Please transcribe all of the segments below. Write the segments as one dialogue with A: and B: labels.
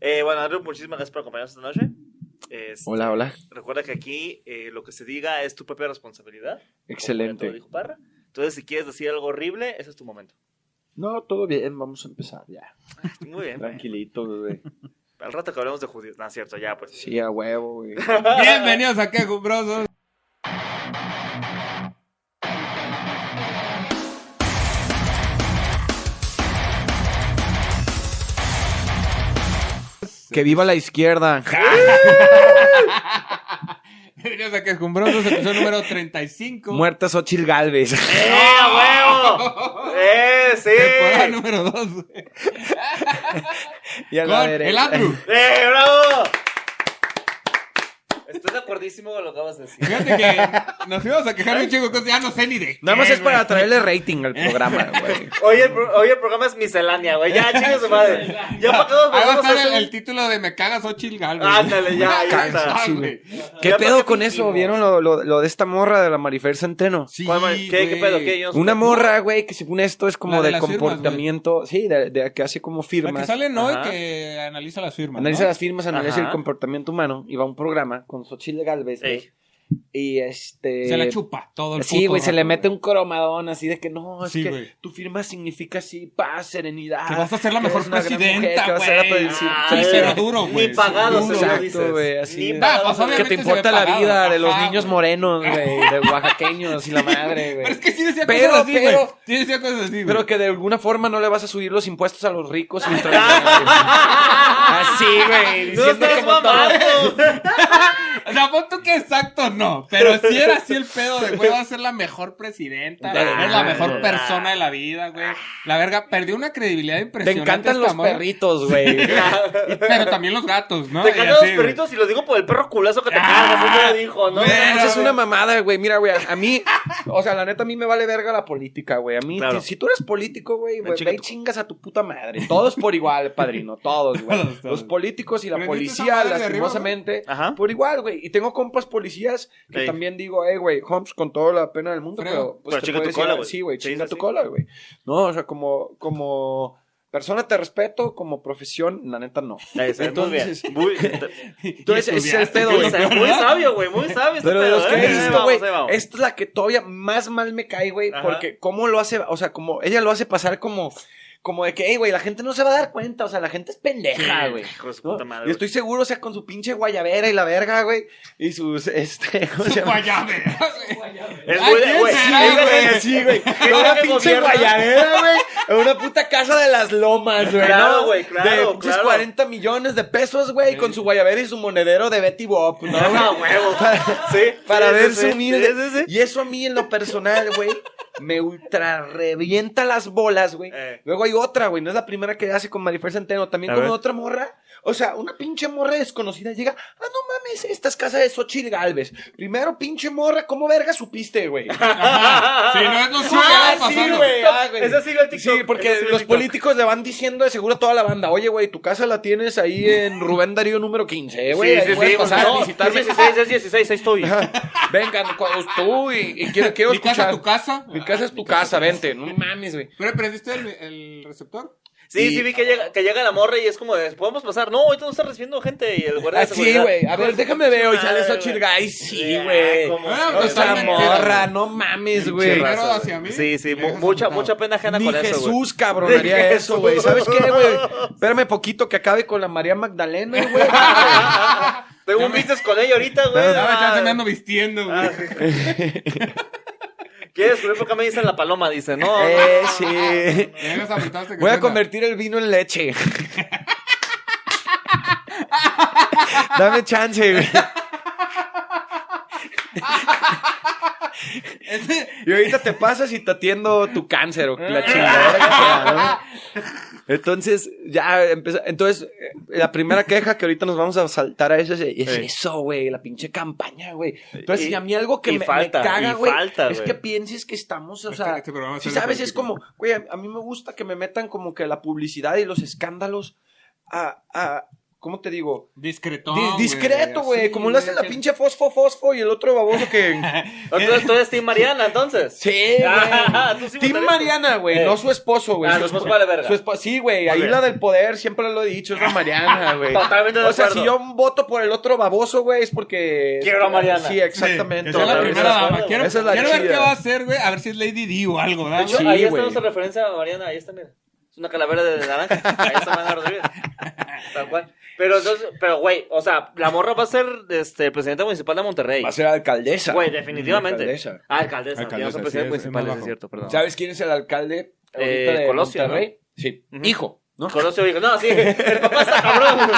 A: Eh, bueno, Andrew, muchísimas gracias por acompañarnos esta noche. Este,
B: Hola, hola.
A: Recuerda que aquí eh, lo que se diga es tu propia responsabilidad. como ya te lo
B: Excelente.
A: dijo Parra. Entonces, si quieres decir algo horrible, ese es tu momento.
B: No, todo bien, vamos a empezar ya.
A: Muy bien.
B: Tranquilito, bebé.
A: Al rato que hablemos de judíos. No, es cierto, ya, pues.
B: Sí, a huevo, güey.
C: Bienvenidos a Quejumbrosos.
B: Que viva la izquierda.
C: Bienvenidos a Quejumbrosos, episodio número 35.
B: Muerta Xochitl Galvez.
A: ¡Eh, a huevo! ¡Eh,
C: Temporada
A: sí!
C: número 2.
B: y a la
C: Con
B: derecha.
C: el Andrew.
A: ¡Eh, bravo! Estoy de acuerdísimo con lo que acabas de decir.
C: Fíjate que nos íbamos a quejar de un chico de cosas, ya no sé ni de.
B: Nada más
C: qué,
B: es para
C: Eh, güey.
B: traerle rating al programa, güey.
A: Hoy el, pro- hoy el programa es miscelánea, güey. Ya, chicos, su madre. Ya para todos
C: Ahí va a
A: vamos
C: estar
A: a
C: el,
A: hacer-
C: el título de Me cagas Ochil Galvez.
A: Ándale, ya, ya está.
C: Ah,
B: Sí,
C: güey.
B: ¿Qué
A: Ya
B: pedo
A: para
B: con
A: qué
B: eso?
A: dijimos.
B: ¿Vieron lo, lo- lo de esta morra de la Marifer Centeno?
C: Sí,
A: ¿Cuál, man- ¿Qué, ¿Qué
C: güey.
A: pedo? ¿Qué? Yo no sé.
B: Una morra, güey, que según esto es
C: La
B: como
C: de
B: de
C: las firmas,
B: comportamiento. sí, de, de que hace como
C: La que
B: firmas.
C: sale no
A: Ajá.
C: y que analiza las firmas.
B: Analiza
C: ¿no?
B: las firmas, analiza
A: Ajá.
B: el comportamiento humano. Y va a un programa con Xochitl Galvez, güey.
A: Ey.
B: Y este.
C: Se la chupa todo el
B: Sí,
C: puto
B: güey, se
C: rato,
B: le mete un cromadón así de que no, es
C: Sí,
B: que
C: güey.
B: tu firma significa así, paz, serenidad.
C: Que vas a ser la
B: que
C: mejor
B: eres una gran
C: presidenta,
B: mujer, que vas a ser la
C: güey.
B: presi-
C: Ah,
B: sí,
C: sí,
B: pero-
C: pero duro,
A: Ni
C: güey.
A: pagado,
C: Duro.
A: se lo
B: Exacto,
A: dices.
B: güey, así
A: Ni
B: de-
A: pagado,
C: Ah, pues,
A: se lo
B: Que
C: obviamente
B: te
C: se
B: importa
C: ve
B: la
C: pagado.
B: vida de los
C: Ajá,
B: niños
C: güey.
B: morenos, güey, de oaxaqueños y la madre,
C: Pero es
B: güey.
C: que sí decía
B: Pero,
C: cosas así, güey.
B: pero-
C: Sí decía cosas así, güey.
B: Pero que de alguna forma no le vas a subir los impuestos a los ricos y ultramillonarios.
C: Ah,
B: Así, güey,
A: No
B: diciendo
A: estás
B: como todo.
A: mamando.
C: O sea, pon tú que exacto no, pero si era así el pedo de, güey, va a ser la mejor presidenta,
B: Ah,
C: es la mejor
A: ah.
C: persona de la vida, güey. La verga, perdió una credibilidad
B: Te
C: impresionante. este
B: encantan
C: esta
B: los
C: morra,
B: perritos, güey.
C: Pero también los gatos, ¿no?
A: Te
C: Y
A: encantan
C: así,
A: los
C: güey.
A: perritos y lo digo por el perro culazo que te
C: Ah.
A: cargas. Eso me lo dijo, ¿no?
C: Güey,
B: No,
C: Pero,
B: esa es
C: güey.
B: una mamada, güey. Mira, güey, a, a mí, o sea, la neta, a mí me vale verga la política, güey. A mí,
A: Claro.
B: si, si tú eres político, güey, güey,
A: chinga
B: ve y
A: tu-
B: chingas a tu puta madre. Todos por igual, padrino, todos, güey.
C: Todos, todos.
B: Los políticos y la
C: Prendiste esa
B: policía,
C: madre de arriba,
B: lastimosamente,
A: ¿no? Ajá.
B: por igual, güey. Y tengo compas policías que
A: Ey.
B: también digo, eh, güey, Homs, con toda la pena del mundo,
C: Pero-
B: pero, pues
A: Pero
B: te
A: chinga
B: puedes
A: tu cola,
B: ir a-
A: güey.
B: Sí, güey,
A: Sí,
B: chinga
A: sí,
B: tu
A: sí.
B: cola, güey. No, o sea, como, como persona te respeto, como profesión, la neta, no.
A: Ahí está, muy bien.
B: Entonces-
A: Muy bien.
B: Entonces, ese es el
C: estudiaste,
B: pedo,
C: qué
B: güey.
C: lo peor,
A: Muy
C: ¿verdad?
A: sabio, güey. Muy sabio. este
B: Pero de
A: pedo,
B: los que
A: ¿eh?
B: he
A: Ahí
B: visto,
A: vamos,
B: güey,
A: ahí vamos.
B: esta es la que todavía más mal me cae, güey,
A: Ajá.
B: porque cómo lo hace, o sea, como ella lo hace pasar como, como de que, hey, güey, la gente no se va a dar cuenta, o sea, la gente es pendeja, güey.
A: Hijo de su
B: ¿no?
A: puta madre,
B: Y estoy seguro, o sea, con su pinche guayabera y la verga, güey, y sus, este, ¿cómo se
C: Su
B: llama?
C: guayabe.
A: Es
C: ¿A
A: muy
C: quién
A: de, güey.
C: será,
A: es de-
C: güey?
B: Sí, güey.
A: Gente
B: Una
A: que
B: pinche
A: gobierna.
B: guayabera, güey. en Una puta casa de las lomas, güey.
A: Claro,
B: ¿no?
A: güey, claro,
B: De pinches
A: claro.
B: 40 millones de pesos, güey, con su guayabera y su monedero de Betty Bob, ¿no, güey?
A: Ah, huevo. Sí.
B: para
A: sí,
B: verse
A: sí, sí,
B: humilde.
A: sí, sí, sí.
B: Y eso a mí en lo personal, güey, me ultra revienta las bolas, güey.
A: Eh.
B: Luego hay otra, güey, no es la primera que hace con Marifer Centeno, también
A: A
B: con
A: ver.
B: otra morra. O sea, una pinche morra desconocida llega, ah, no mames, esta es casa de Xochitl Galvez. Primero, pinche morra, ¿cómo verga supiste, güey?
C: Ajá. Sí, no es lo suyo,
B: Ah,
C: va pasando.
B: sí, güey. Ah, güey.
A: Esa sí, lo del TikTok.
B: Sí, porque
A: Esa sí, lo del
B: los
A: TikTok.
B: políticos le van diciendo de seguro a toda la banda, oye, güey, tu casa la tienes ahí en Rubén Darío número 15, eh, güey.
A: Sí,
B: ahí
A: sí,
B: puedes
A: sí.
B: pasar a
A: No, es
B: visitarme.
A: 16, es 16, ahí estoy.
B: Vengan, cu- tú y, y quiero, quiero
C: Mi
B: escuchar.
C: casa, tu casa.
B: Mi casa es tu casa, vente. No mames, güey.
C: Pero prendiste el, el receptor.
A: Sí, sí, vi que llega, que llega la morra y es como, de, podemos pasar. No, ahorita no está recibiendo gente y el guardia de
B: Así,
A: seguridad.
B: Ah, güey. A ver, déjame ver. Hoy sale
A: Madre,
B: Xochitl
A: güey.
B: Ay, sí,
A: Ah,
B: güey.
A: cómo
C: Ah,
A: sí,
C: pues,
A: güey.
B: Esa
C: totalmente,
B: morra,
C: güey.
B: no mames,
A: Pinche
B: güey.
A: raza,
C: Pero
A: güey.
C: hacia mí.
A: Sí, sí, mu-
C: Me dejas
A: mucha,
C: apuntado.
A: mucha pena ajena
B: Ni
A: con eso, güey.
B: Jesús, cabrón, haría
A: Jesús.
B: eso, güey. ¿Sabes qué, güey? Espérame poquito que acabe con la María Magdalena, güey.
A: Tengo un business con ella ahorita, güey.
C: Ya me- ya
A: Ah,
C: se me ando vistiendo, güey.
B: Ah.
A: ¿Quieres descubrir por qué me dicen la paloma? Dice, no.
B: Eh, sí.
C: Me dejas apuntado hasta que
B: Voy a
C: prenda.
B: convertir el vino en leche. Dame chance, güey.
C: Ese-
B: Y ahorita te pasas y te atiendo tu cáncer o la chingadera que sea, ¿no? Entonces, ya empezó. Entonces, eh, la primera queja que ahorita nos vamos a saltar a eso es, es
A: Sí.
B: eso, güey, la pinche campaña, güey. Entonces,
A: Y-
B: si a mí algo que
A: y
B: me, me
A: falta,
B: caga,
A: y
B: güey,
A: falta,
B: es
A: güey.
B: que pienses que estamos, o
C: Este-
B: sea,
C: este programa
B: si
C: sale
B: sabes, es
C: político.
B: como, güey, a, a mí me gusta que me metan como que la publicidad y los escándalos a, a, ¿cómo te digo?
C: Discretón.
B: Di- discreto, güey.
C: Sí,
B: como le hacen la
C: que-
B: pinche fosfo, fosfo y el otro baboso que.
A: Entonces tú eres Team Mariana, entonces.
B: sí,
A: Ah, tú sí
B: Team
A: votarías.
B: Mariana, güey,
A: Eh.
B: no su esposo, güey.
A: Ah,
B: Su
A: su esposo
B: espo-
A: vale verga.
B: su espo- sí, güey, ahí
A: Ok.
B: la del poder, siempre lo he dicho, es la Mariana, güey.
A: Totalmente de
B: O sea,
A: acuerdo.
B: si yo voto por el otro baboso, güey, es porque...
A: Quiero a Mariana.
B: Sí, exactamente.
C: Que sea la
A: Totalmente
C: primera
A: de acuerdo.
C: dama. Quiero,
B: Esa es la
C: quiero ver
B: chida.
C: qué va a hacer, güey. A ver si es Lady D o algo,
A: De
C: ¿verdad?
A: hecho,
B: Pues Sí,
A: Ah, ahí está
B: güey.
A: nuestra referencia a Mariana, ahí está, mira. Es una calavera de naranja. Ahí está Mariana Rodríguez. Tal cual. Pero entonces, pero güey, o sea, la morra va a ser este presidenta municipal de Monterrey.
B: Va a ser alcaldesa.
A: Güey, definitivamente.
B: Alcaldesa.
A: Ah, alcaldesa. Ya no son
C: Alcaldesa, sí, es-
A: presidentes
C: es
A: municipales,
C: más
A: es
C: bajo.
A: cierto, perdón.
B: ¿Sabes quién es el alcalde ahorita
A: Eh,
B: de
A: Colosio,
B: Monterrey? Sí.
A: Ujú.
B: Hijo, ¿no?
A: Colosio dijo, no, sí, el papá está cabrón.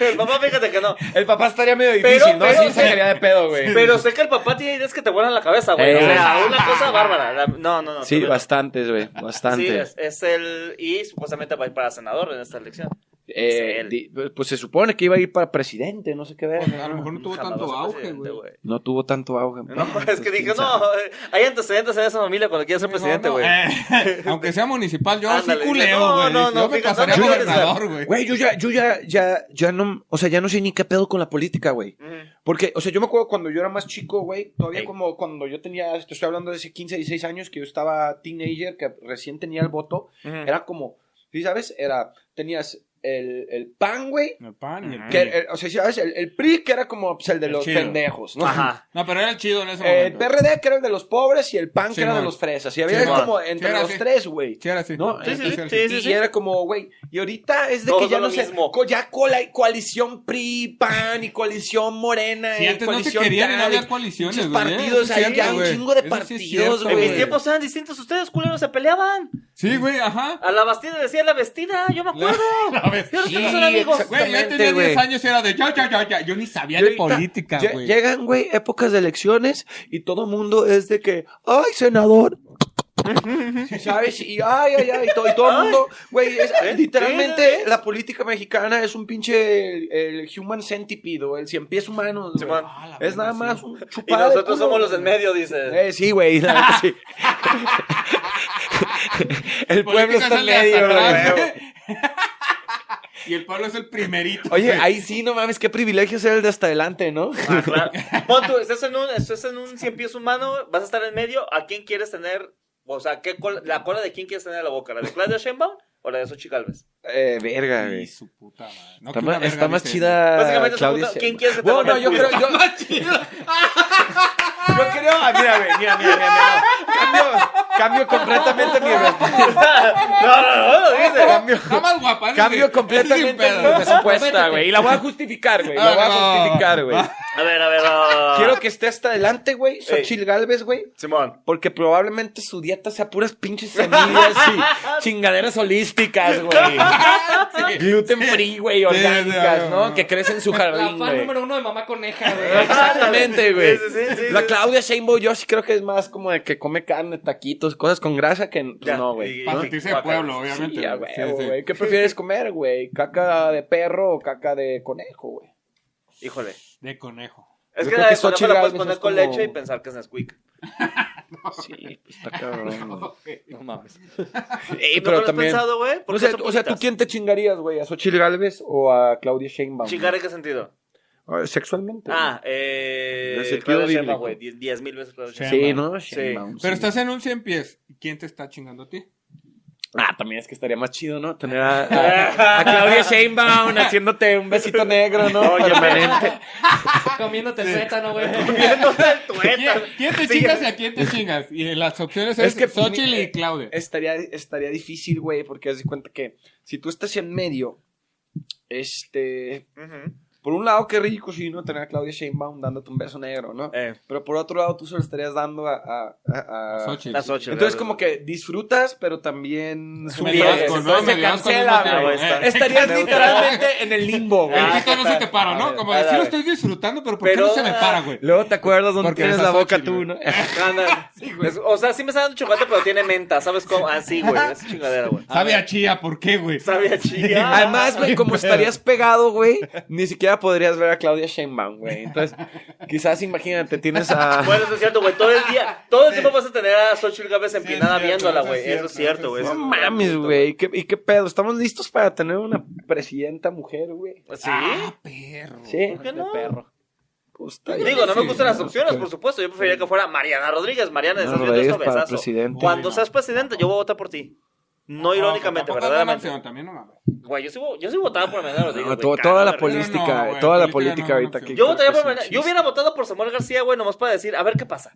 A: El papá, fíjate que no.
B: El papá estaría medio
A: Pero-
B: difícil, ¿no?
A: pero-
B: sí, se quería de pedo, güey.
A: Pero sé que el papá tiene ideas que te vuelan la cabeza, güey. O
B: Eh.
A: sea, una cosa bárbara. La- No, no, no.
B: Sí,
A: te-
B: bastantes, güey,
A: Sí,
B: bastantes.
A: es, es el. Y supuestamente va a ir para senador en esta elección.
B: Eh,
A: es él.
B: di- pues se supone que iba a ir para presidente, no sé qué ver.
C: A lo mejor no tuvo
A: Jamás
C: tanto
A: va a ser
C: auge,
A: presidente,
C: güey.
B: No tuvo tanto auge.
A: No, pues, es que
B: Entonces,
A: dije,
B: quién sabe.
A: no, eh, hay antecedentes en esa familia cuando quieres ser presidente,
C: No, no,
A: güey.
C: eh, aunque sea municipal, yo
A: Ándale,
C: sí
A: dile,
C: culeo,
A: no, no,
C: güey. Yo
A: no,
C: me
A: fíjate,
C: pasaría
A: no, no,
C: gobernador, güey.
B: Güey, yo ya, yo ya, ya, ya no, o sea, ya no sé ni qué pedo con la política, güey.
A: Ujú.
B: Porque, o sea, yo me acuerdo cuando yo era más chico, güey, todavía
A: Ey.
B: como cuando yo tenía, te estoy hablando de hace 15, 16 años, que yo estaba teenager, que recién tenía el voto, era como, ¿sí sabes? Era, tenías el, el PAN, güey,
C: El pan y el
B: que,
C: pan.
B: eh, o sea, ¿sí ¿sabes? El, el PRI, que era como pues, el de
C: Mm. El
B: los
C: chido.
B: pendejos, ¿no? Eh,
A: Ajá.
C: No, pero era el chido en ese
B: El
C: momento.
B: PRD, que era el de los pobres, y el PAN, que era de
C: Simón.
B: los fresas. Y había
A: Simón.
B: como
C: Sí,
B: entre
C: era
B: los
C: así.
B: tres, güey.
C: Sí, era así.
B: No,
C: Sí,
A: sí,
C: sí,
A: sí,
C: sí.
A: sí.
B: y era como, güey, y ahorita es de
A: Todos
B: que ya
A: son
B: no
A: lo
B: sé,
A: mismo.
B: co- ya cola- coalición PRI, PAN y coalición Morena.
C: Si
B: y
C: antes no te
B: coalición
C: querían y no
B: tal, y
C: había coaliciones,
B: pinches
C: güey.
B: partidos,
C: Eso es
B: hay
C: cierto,
B: ya un
C: güey.
B: chingo de
C: Eso sí es
B: partidos,
C: cierto,
A: En mis
B: güey.
A: tiempos eran distintos ustedes, culeros, se peleaban.
C: Sí, güey, ajá.
A: A la bastida decía la vestida, yo me acuerdo.
C: La vez-
A: Yo no
B: Sí,
A: son amigos.
B: exacto.
C: Güey, yo tenía
B: Exactamente, güey.
C: 10 años y era de ya, ya, ya, ya. Yo ni sabía
B: Y
C: de
B: ahorita
C: política,
B: lle-
C: güey.
B: Llegan, güey, épocas de elecciones y todo mundo es de que, ay, senador. Sí, ¿Sabes? Y ay, ay, ay, y todo, y todo el
A: Ay.
B: mundo, güey, es-
A: ¿Eh?
B: literalmente
A: Sí,
B: la política mexicana es un pinche el, el human centipede, o el cien pies humanos, güey.
A: Simón.
C: Ah, la
B: es nada
C: verga,
B: más
C: sí.
B: un
A: Y
B: chupado.
A: nosotros somos los en medio, dices.
B: Eh, sí, güey, la neta sí. el pueblo
C: Política
B: está en
C: sale hasta
B: medio,
C: atrás,
B: güey.
C: güey. Y el pueblo es el primerito.
B: Oye, ahí sí, no mames, qué privilegio ser el de hasta adelante, ¿no?
A: Ah, claro. Pon tú, estás en un, estás en un cien pies humano, vas a estar en medio, ¿a quién quieres tener? O sea, ¿qué cola- la cola de quién quieres tener en la boca? ¿La de Claudia Sheinbaum o la de Xochitl Gálvez?
B: Eh, verga,
C: Y
B: güey.
C: su puta madre. No,
B: Está,
C: que
B: ma-
C: una verga,
B: está más
C: dice.
B: chida.
A: Básicamente es
B: Claudia
A: un puto-
B: Sheinbaum.
A: ¿quién quieres que te
B: Bueno,
A: baje
B: no,
A: el
B: yo
A: culo?
B: creo. Yo, yo creo. Ah, mira, güey, mira, mira, mira. mira. Cambio, cambio completamente mi respuesta.
A: No, no, no, dice.
B: Cambio,
C: Está más guapa. dice.
B: cambio
C: Sin
B: completamente mi
C: pedo.
B: respuesta, güey. Y la voy a justificar, güey. La voy
C: Ah,
B: a
C: no.
B: justificar, güey.
A: A ver, a ver, oh. a ver.
B: Quiero que esté hasta adelante, güey. Xochil Galvez, güey.
A: Simón.
B: Porque probablemente su dieta sea puras pinches semillas y chingaderas holísticas, güey.
C: Sí.
B: Gluten free, güey,
C: Sí, sí,
B: orgánicas,
C: sí,
B: ¿no?
C: sí.
B: Que crecen en su
D: La
B: jardín,
D: fan
B: güey.
D: número uno de mamá coneja, güey.
B: Exactamente, güey.
A: Sí, sí, sí, sí,
B: la
A: sí.
B: Claudia Sheinbaum, yo sí creo que es más como de que come carne, taquitos, cosas con grasa que pues,
A: Ya,
B: no, güey.
A: y-
C: Para sentirse de
A: Guácala.
C: pueblo, obviamente.
B: Sí, a
C: güey.
B: huevo,
C: Sí, sí.
B: güey. ¿Qué prefieres comer, güey? ¿Caca de perro o caca de conejo, güey?
A: Híjole.
C: De conejo.
A: Es
B: Yo
A: que
B: creo
A: la
B: que
A: de conejo
B: Xochitl
A: la puedes
B: Gálvez
A: poner
B: es
A: con
B: como-
A: leche y pensar que es Nesquik.
B: Sí, pues está cabrón. güey.
D: No mames.
B: Ey,
A: ¿No
B: pero
A: lo has
B: también.
A: pensado, güey?
B: O sea, o sea, ¿tú quién te chingarías, güey? ¿A Xochitl Galvez o a Claudia Sheinbaum?
A: ¿Chingar en qué sentido?
B: Ah, Sexualmente.
A: Ah,
B: En
A: eh.
B: el sentido
A: Claudia Sheinbaum,
B: bíblico.
A: güey. Diez, diez mil veces Claudia
B: güey.
A: Sheinbaum.
B: Sí,
C: Sheinbaum.
B: ¿no?
A: Sí.
B: Sheinbaum, sí.
C: Pero estás en un 100 pies. ¿Quién te está chingando a ti?
B: Ah, también es que estaría más chido, ¿no? Tener a, a- a Claudia Sheinbaum haciéndote un besito negro, ¿no?
A: Oye,
B: Permanente.
D: Comiéndote el tuétano, güey.
A: Viéndote el tuétano.
C: ¿Quién, quién te
A: Sí,
C: chingas y a quién te chingas? Y las opciones
B: Es
C: es,
B: que- eh,
C: Xochitl y Claudia.
B: Estaría, estaría difícil, güey, porque haz de cuenta que si tú estás en medio, este...
A: Ujú.
B: Por un lado, qué rico si no tener a Claudia Sheinbaum dándote un beso negro, ¿no?
A: Eh,
B: Pero por otro lado, tú se lo estarías dando a... a, a- a-
C: Xochitl.
A: las ocho.
B: Entonces, como que disfrutas, pero también...
C: Me
A: dio
B: sufres.
A: asco, ¿no?
B: Entonces,
C: Me
B: se
C: dio asco al
B: cancela,
C: mismo
B: güey.
A: tiempo,
C: eh.
B: Estarías
A: Me gusta.
B: literalmente en el limbo, güey.
A: Ah,
C: El pito no se te para,
A: a
C: ¿no?
A: ver,
C: Como
A: a
C: de,
A: ver,
C: sí
A: a
C: lo
A: ver.
C: estoy disfrutando, pero ¿por qué no
A: Pero-
C: se me para, güey?
B: Luego te acuerdas dónde
C: Porque
B: tienes
C: ves
B: la
C: a
B: boca
C: Xochitl,
B: tú,
C: güey.
B: ¿no?
A: Anda. Ah, Es- o sea, sí me está dando chocolate, pero tiene menta. ¿Sabes cómo? Así, güey. Es chingadera, güey.
C: Sabe a chía, ¿por qué, güey?
A: Sabe a chía.
B: Además, güey, como estarías pegado, güey, ni siquiera siquiera podrías ver a Claudia Sheinbaum, güey. Entonces, quizás imagínate, tienes a...
A: Bueno, eso es cierto, güey. Todo el día, todo el
C: Sí.
A: tiempo vas a tener a Xochitl Gávez
C: Sí, es
A: empinada
C: cierto,
A: viéndola,
C: eso es
A: güey. Eso pues, es cierto, güey.
C: eso
B: No
C: es
B: mames, güey. ¿Qué- ¿Y qué pedo? ¿Estamos listos para tener una presidenta mujer, güey?
A: Sí.
C: Ah, perro.
B: Sí.
A: ¿Por qué no?
D: perro.
B: Pues, está bien.
A: Digo, no me
B: Sí,
A: gustan las
B: no,
A: opciones,
B: que-
A: por supuesto. Yo preferiría que fuera Mariana Rodríguez. Mariana,
B: Mariana
A: estás viendo
B: Rodríguez
A: esto
B: para
A: besazo.
B: presidente.
A: Cuando
C: Uy, no.
A: seas presidente, yo voy a votar por ti. No
C: No,
A: irónicamente,
C: tampoco es buena
A: verdaderamente.
C: opción, También no mames.
A: Güey, yo sí, vo- yo sí votaba por Mariana Rodríguez.
B: No,
A: güey,
B: to-
A: cara,
B: toda la
A: verga.
B: política,
C: No, no,
B: toda la política
C: güey, política no,
B: ahorita
C: no,
B: que...
C: no.
A: Yo votaría por
B: es un
A: Mariana. Yo
B: chiste.
A: hubiera votado por Samuel García, güey, nomás para decir, a ver qué pasa.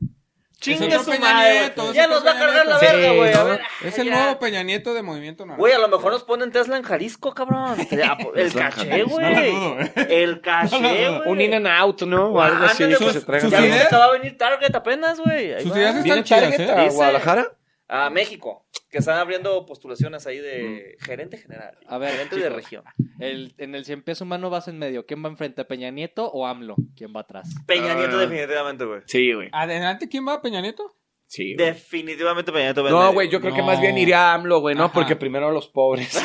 A: Chingue
C: otro
A: su
C: Peña
A: madre.
C: Nieto,
A: güey.
C: es
A: Ya
C: otro
A: nos va a
C: Peña
A: cargar la
B: Nieto.
A: verga,
B: Sí,
A: güey. a
B: ¿no?
A: ver,
C: Es
A: ah,
C: el
A: ya.
C: nuevo Peña Nieto de Movimiento Naranja.
A: Güey, a lo mejor nos ponen Tesla en Jalisco, cabrón. Te- a- El
B: Tesla en
A: caché,
B: Jalisco.
C: No
A: güey.
C: lo dudo, eh.
A: El caché,
C: No lo dudo.
A: güey.
B: Un in and out, ¿no? O algo así.
A: Ah, Ándale, pues,
B: que
A: sus-
B: se traigan
C: sus
A: Ya
B: a-
A: ves
C: ideas.
A: que va a venir Target apenas, güey. Ahí
C: Sus
A: va.
C: ideas están
B: ¿Viene
C: chidas,
B: Target
C: ¿eh?
B: a
A: Dice-
B: Guadalajara?
A: A México, que están abriendo postulaciones ahí de gerente general.
D: A ver,
A: gerente de
D: chicos.
A: región.
D: El, en el 100 pesos humano vas en medio. ¿Quién va enfrente? ¿Peña Nieto o AMLO? ¿Quién va atrás?
A: Peña
B: Ah.
A: Nieto, definitivamente, güey.
B: Sí, güey.
C: Adelante, ¿quién va? ¿Peña Nieto?
B: Sí, güey.
A: Definitivamente Peña Nieto. va en
B: No,
A: medio.
B: güey, yo creo que
C: No.
B: más bien iría a AMLO, güey, ¿no?
C: Ajá.
B: Porque primero los pobres.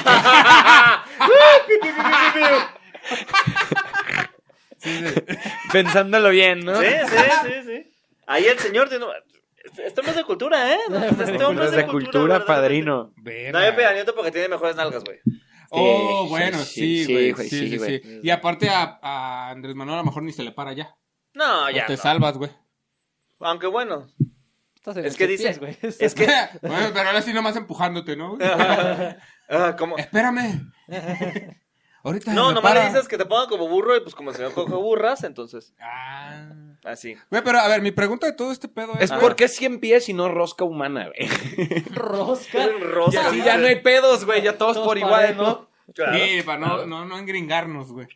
B: Pensándolo bien, ¿no?
A: Sí, sí, sí, sí. Ahí el señor tiene... Este hombre es de cultura, ¿eh? Este hombre es
B: Hombres de cultura,
A: verdaderamente.
B: padrino.
A: No hay Peña Nieto porque tiene mejores nalgas, güey.
C: Oh,
B: Sí,
C: bueno,
B: sí,
C: sí,
B: sí,
C: güey.
B: güey,
C: Sí,
B: sí,
C: sí,
B: güey.
C: sí. Y aparte a, a Andrés Manuel a lo mejor ni se le para ya.
A: No,
C: O
A: ya.
C: te
A: no.
C: salvas, güey.
A: Aunque bueno.
D: Estás en
A: Es
D: el
A: que
D: 100
A: dice-
D: pies, güey.
A: Es que.
C: Bueno, pero ahora sí nomás empujándote, ¿no? güey?
A: Ah, como-
C: Espérame. Ahorita
A: No,
C: me
A: nomás
C: para.
A: le dices que te pongan como burro y pues como el señor coge burras, entonces.
C: Ah.
A: Así.
C: Güey, pero a ver, mi pregunta de todo este pedo es...
B: Es
A: Ah.
B: porque 100 pies y no rosca humana, güey.
D: Rosca.
B: Y
A: Rosa.
B: así ya no hay pedos, güey, ya todos
D: Todos
B: por igual,
D: parejos.
B: ¿no?
A: Claro.
C: Sí, para no, no, no engringarnos, güey.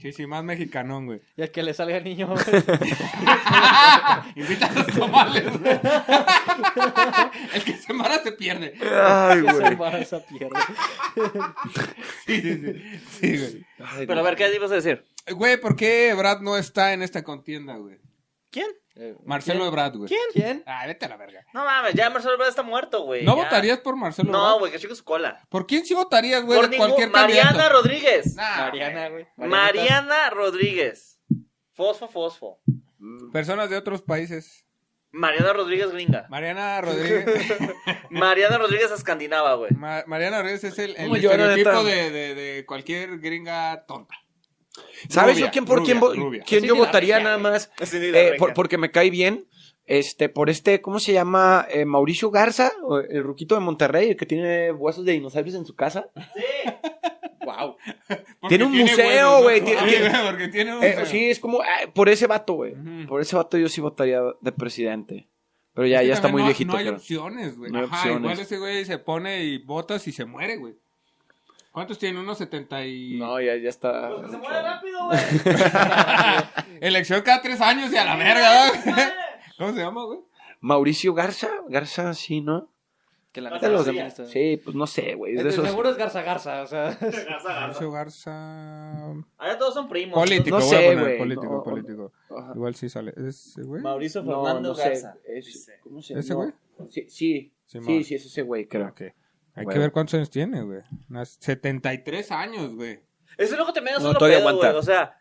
C: Sí, sí, más mexicanón, güey.
D: Y el que le salga el niño. güey.
C: Invita a los tamales, güey. El que se mara se pierde.
B: Ay,
D: Que se embaraza esa pierna.
C: Sí, sí, sí. Sí, güey.
A: Pero a ver, ¿qué ibas a decir?
C: Eh, Güey, ¿por qué Brad no está en esta contienda, güey?
A: ¿Quién?
D: Eh,
C: Marcelo Ebrard, güey.
D: ¿Quién? ¿Quién?
C: Ah, vete a la verga.
A: No mames, ya Marcelo Ebrard está muerto, güey.
C: ¿No
A: Eh, ya.
C: votarías por Marcelo
A: No,
C: Ebrard?
A: güey, que chico su cola.
C: ¿Por quién sí votarías, güey?
A: Por
C: de
A: ningún-
C: cualquier
A: Mariana
C: candidato?
A: Rodríguez.
C: Nah,
D: Mariana, güey. Marianita.
A: Mariana Rodríguez. Fosfo, fosfo.
C: güey. Personas de otros países.
A: Mariana Rodríguez gringa.
C: Mariana Rodríguez.
A: Mariana Rodríguez escandinava, güey.
C: Ma- Mariana Rodríguez es el, el
B: ¿Cómo llora,
C: estereotipo
B: neta?
C: de, de, de cualquier gringa tonta.
B: ¿Sabes
C: Rubia,
B: yo quién por
C: rubia,
B: quién, vo-
C: rubia.
B: quién
D: Sí,
B: yo
D: ni la
B: votaría
D: regia,
B: nada
D: güey.
B: más?
A: Sí, ni la
B: Eh,
A: regia.
B: por- porque me cae bien. Este, por este, ¿cómo se llama? Eh, Mauricio Garza, o el ruquito de Monterrey, el que tiene huesos de dinosaurios en su casa.
D: Wow.
C: Porque
B: Tiene un museo,
C: huevos, ¿no?
B: güey, tiene-
C: Sí,
B: tiene-
C: güey, porque tiene un
B: Eh,
C: museo.
B: sí, es como ah, por ese vato, güey.
C: Ujú.
B: Por ese vato yo sí votaría de presidente. Pero ya,
C: Es que
B: ya está
C: también
B: muy
C: no,
B: viejito.
C: No hay
B: pero-
C: opciones, güey.
B: No hay
C: Ajá,
B: opciones.
C: igual ese güey se pone y botas y se muere, güey. ¿Cuántos tiene? Unos 70 y...
B: No, ya, ya está.
A: se muere rápido, güey.
C: Elección cada tres años y a la verga, ¿no? ¿Cómo se llama, güey?
B: Mauricio Garza, Garza, sí, ¿no?
D: Que la
A: Garza
B: De
D: neta
B: los
D: sí,
A: García.
B: demás.
D: está-
B: Sí, pues no sé, güey. Es de
D: Entonces,
B: esos.
D: Seguro es Garza Garza, o sea.
C: Mauricio Garza...
A: Ahora todos son primos.
C: Político,
B: no
C: voy
B: sé,
C: a poner
B: güey,
C: político,
B: no,
C: político.
B: Ajá.
C: Igual sí sale. ¿Ese güey?
A: Mauricio
B: No,
A: Fernando
B: no sé.
A: Garza.
B: es-
A: dice.
B: ¿cómo se-
C: ¿Ese
B: no.
C: güey?
B: Sí, sí,
C: Simón.
B: sí, sí, es ese güey, creo.
C: Ok. Hay
B: Bueno.
C: que ver cuántos años tiene, güey. Unas 73 años, güey.
A: Eso es lo que también es
B: No,
A: otro
B: todavía
A: pedo,
B: aguanta.
A: güey. O sea,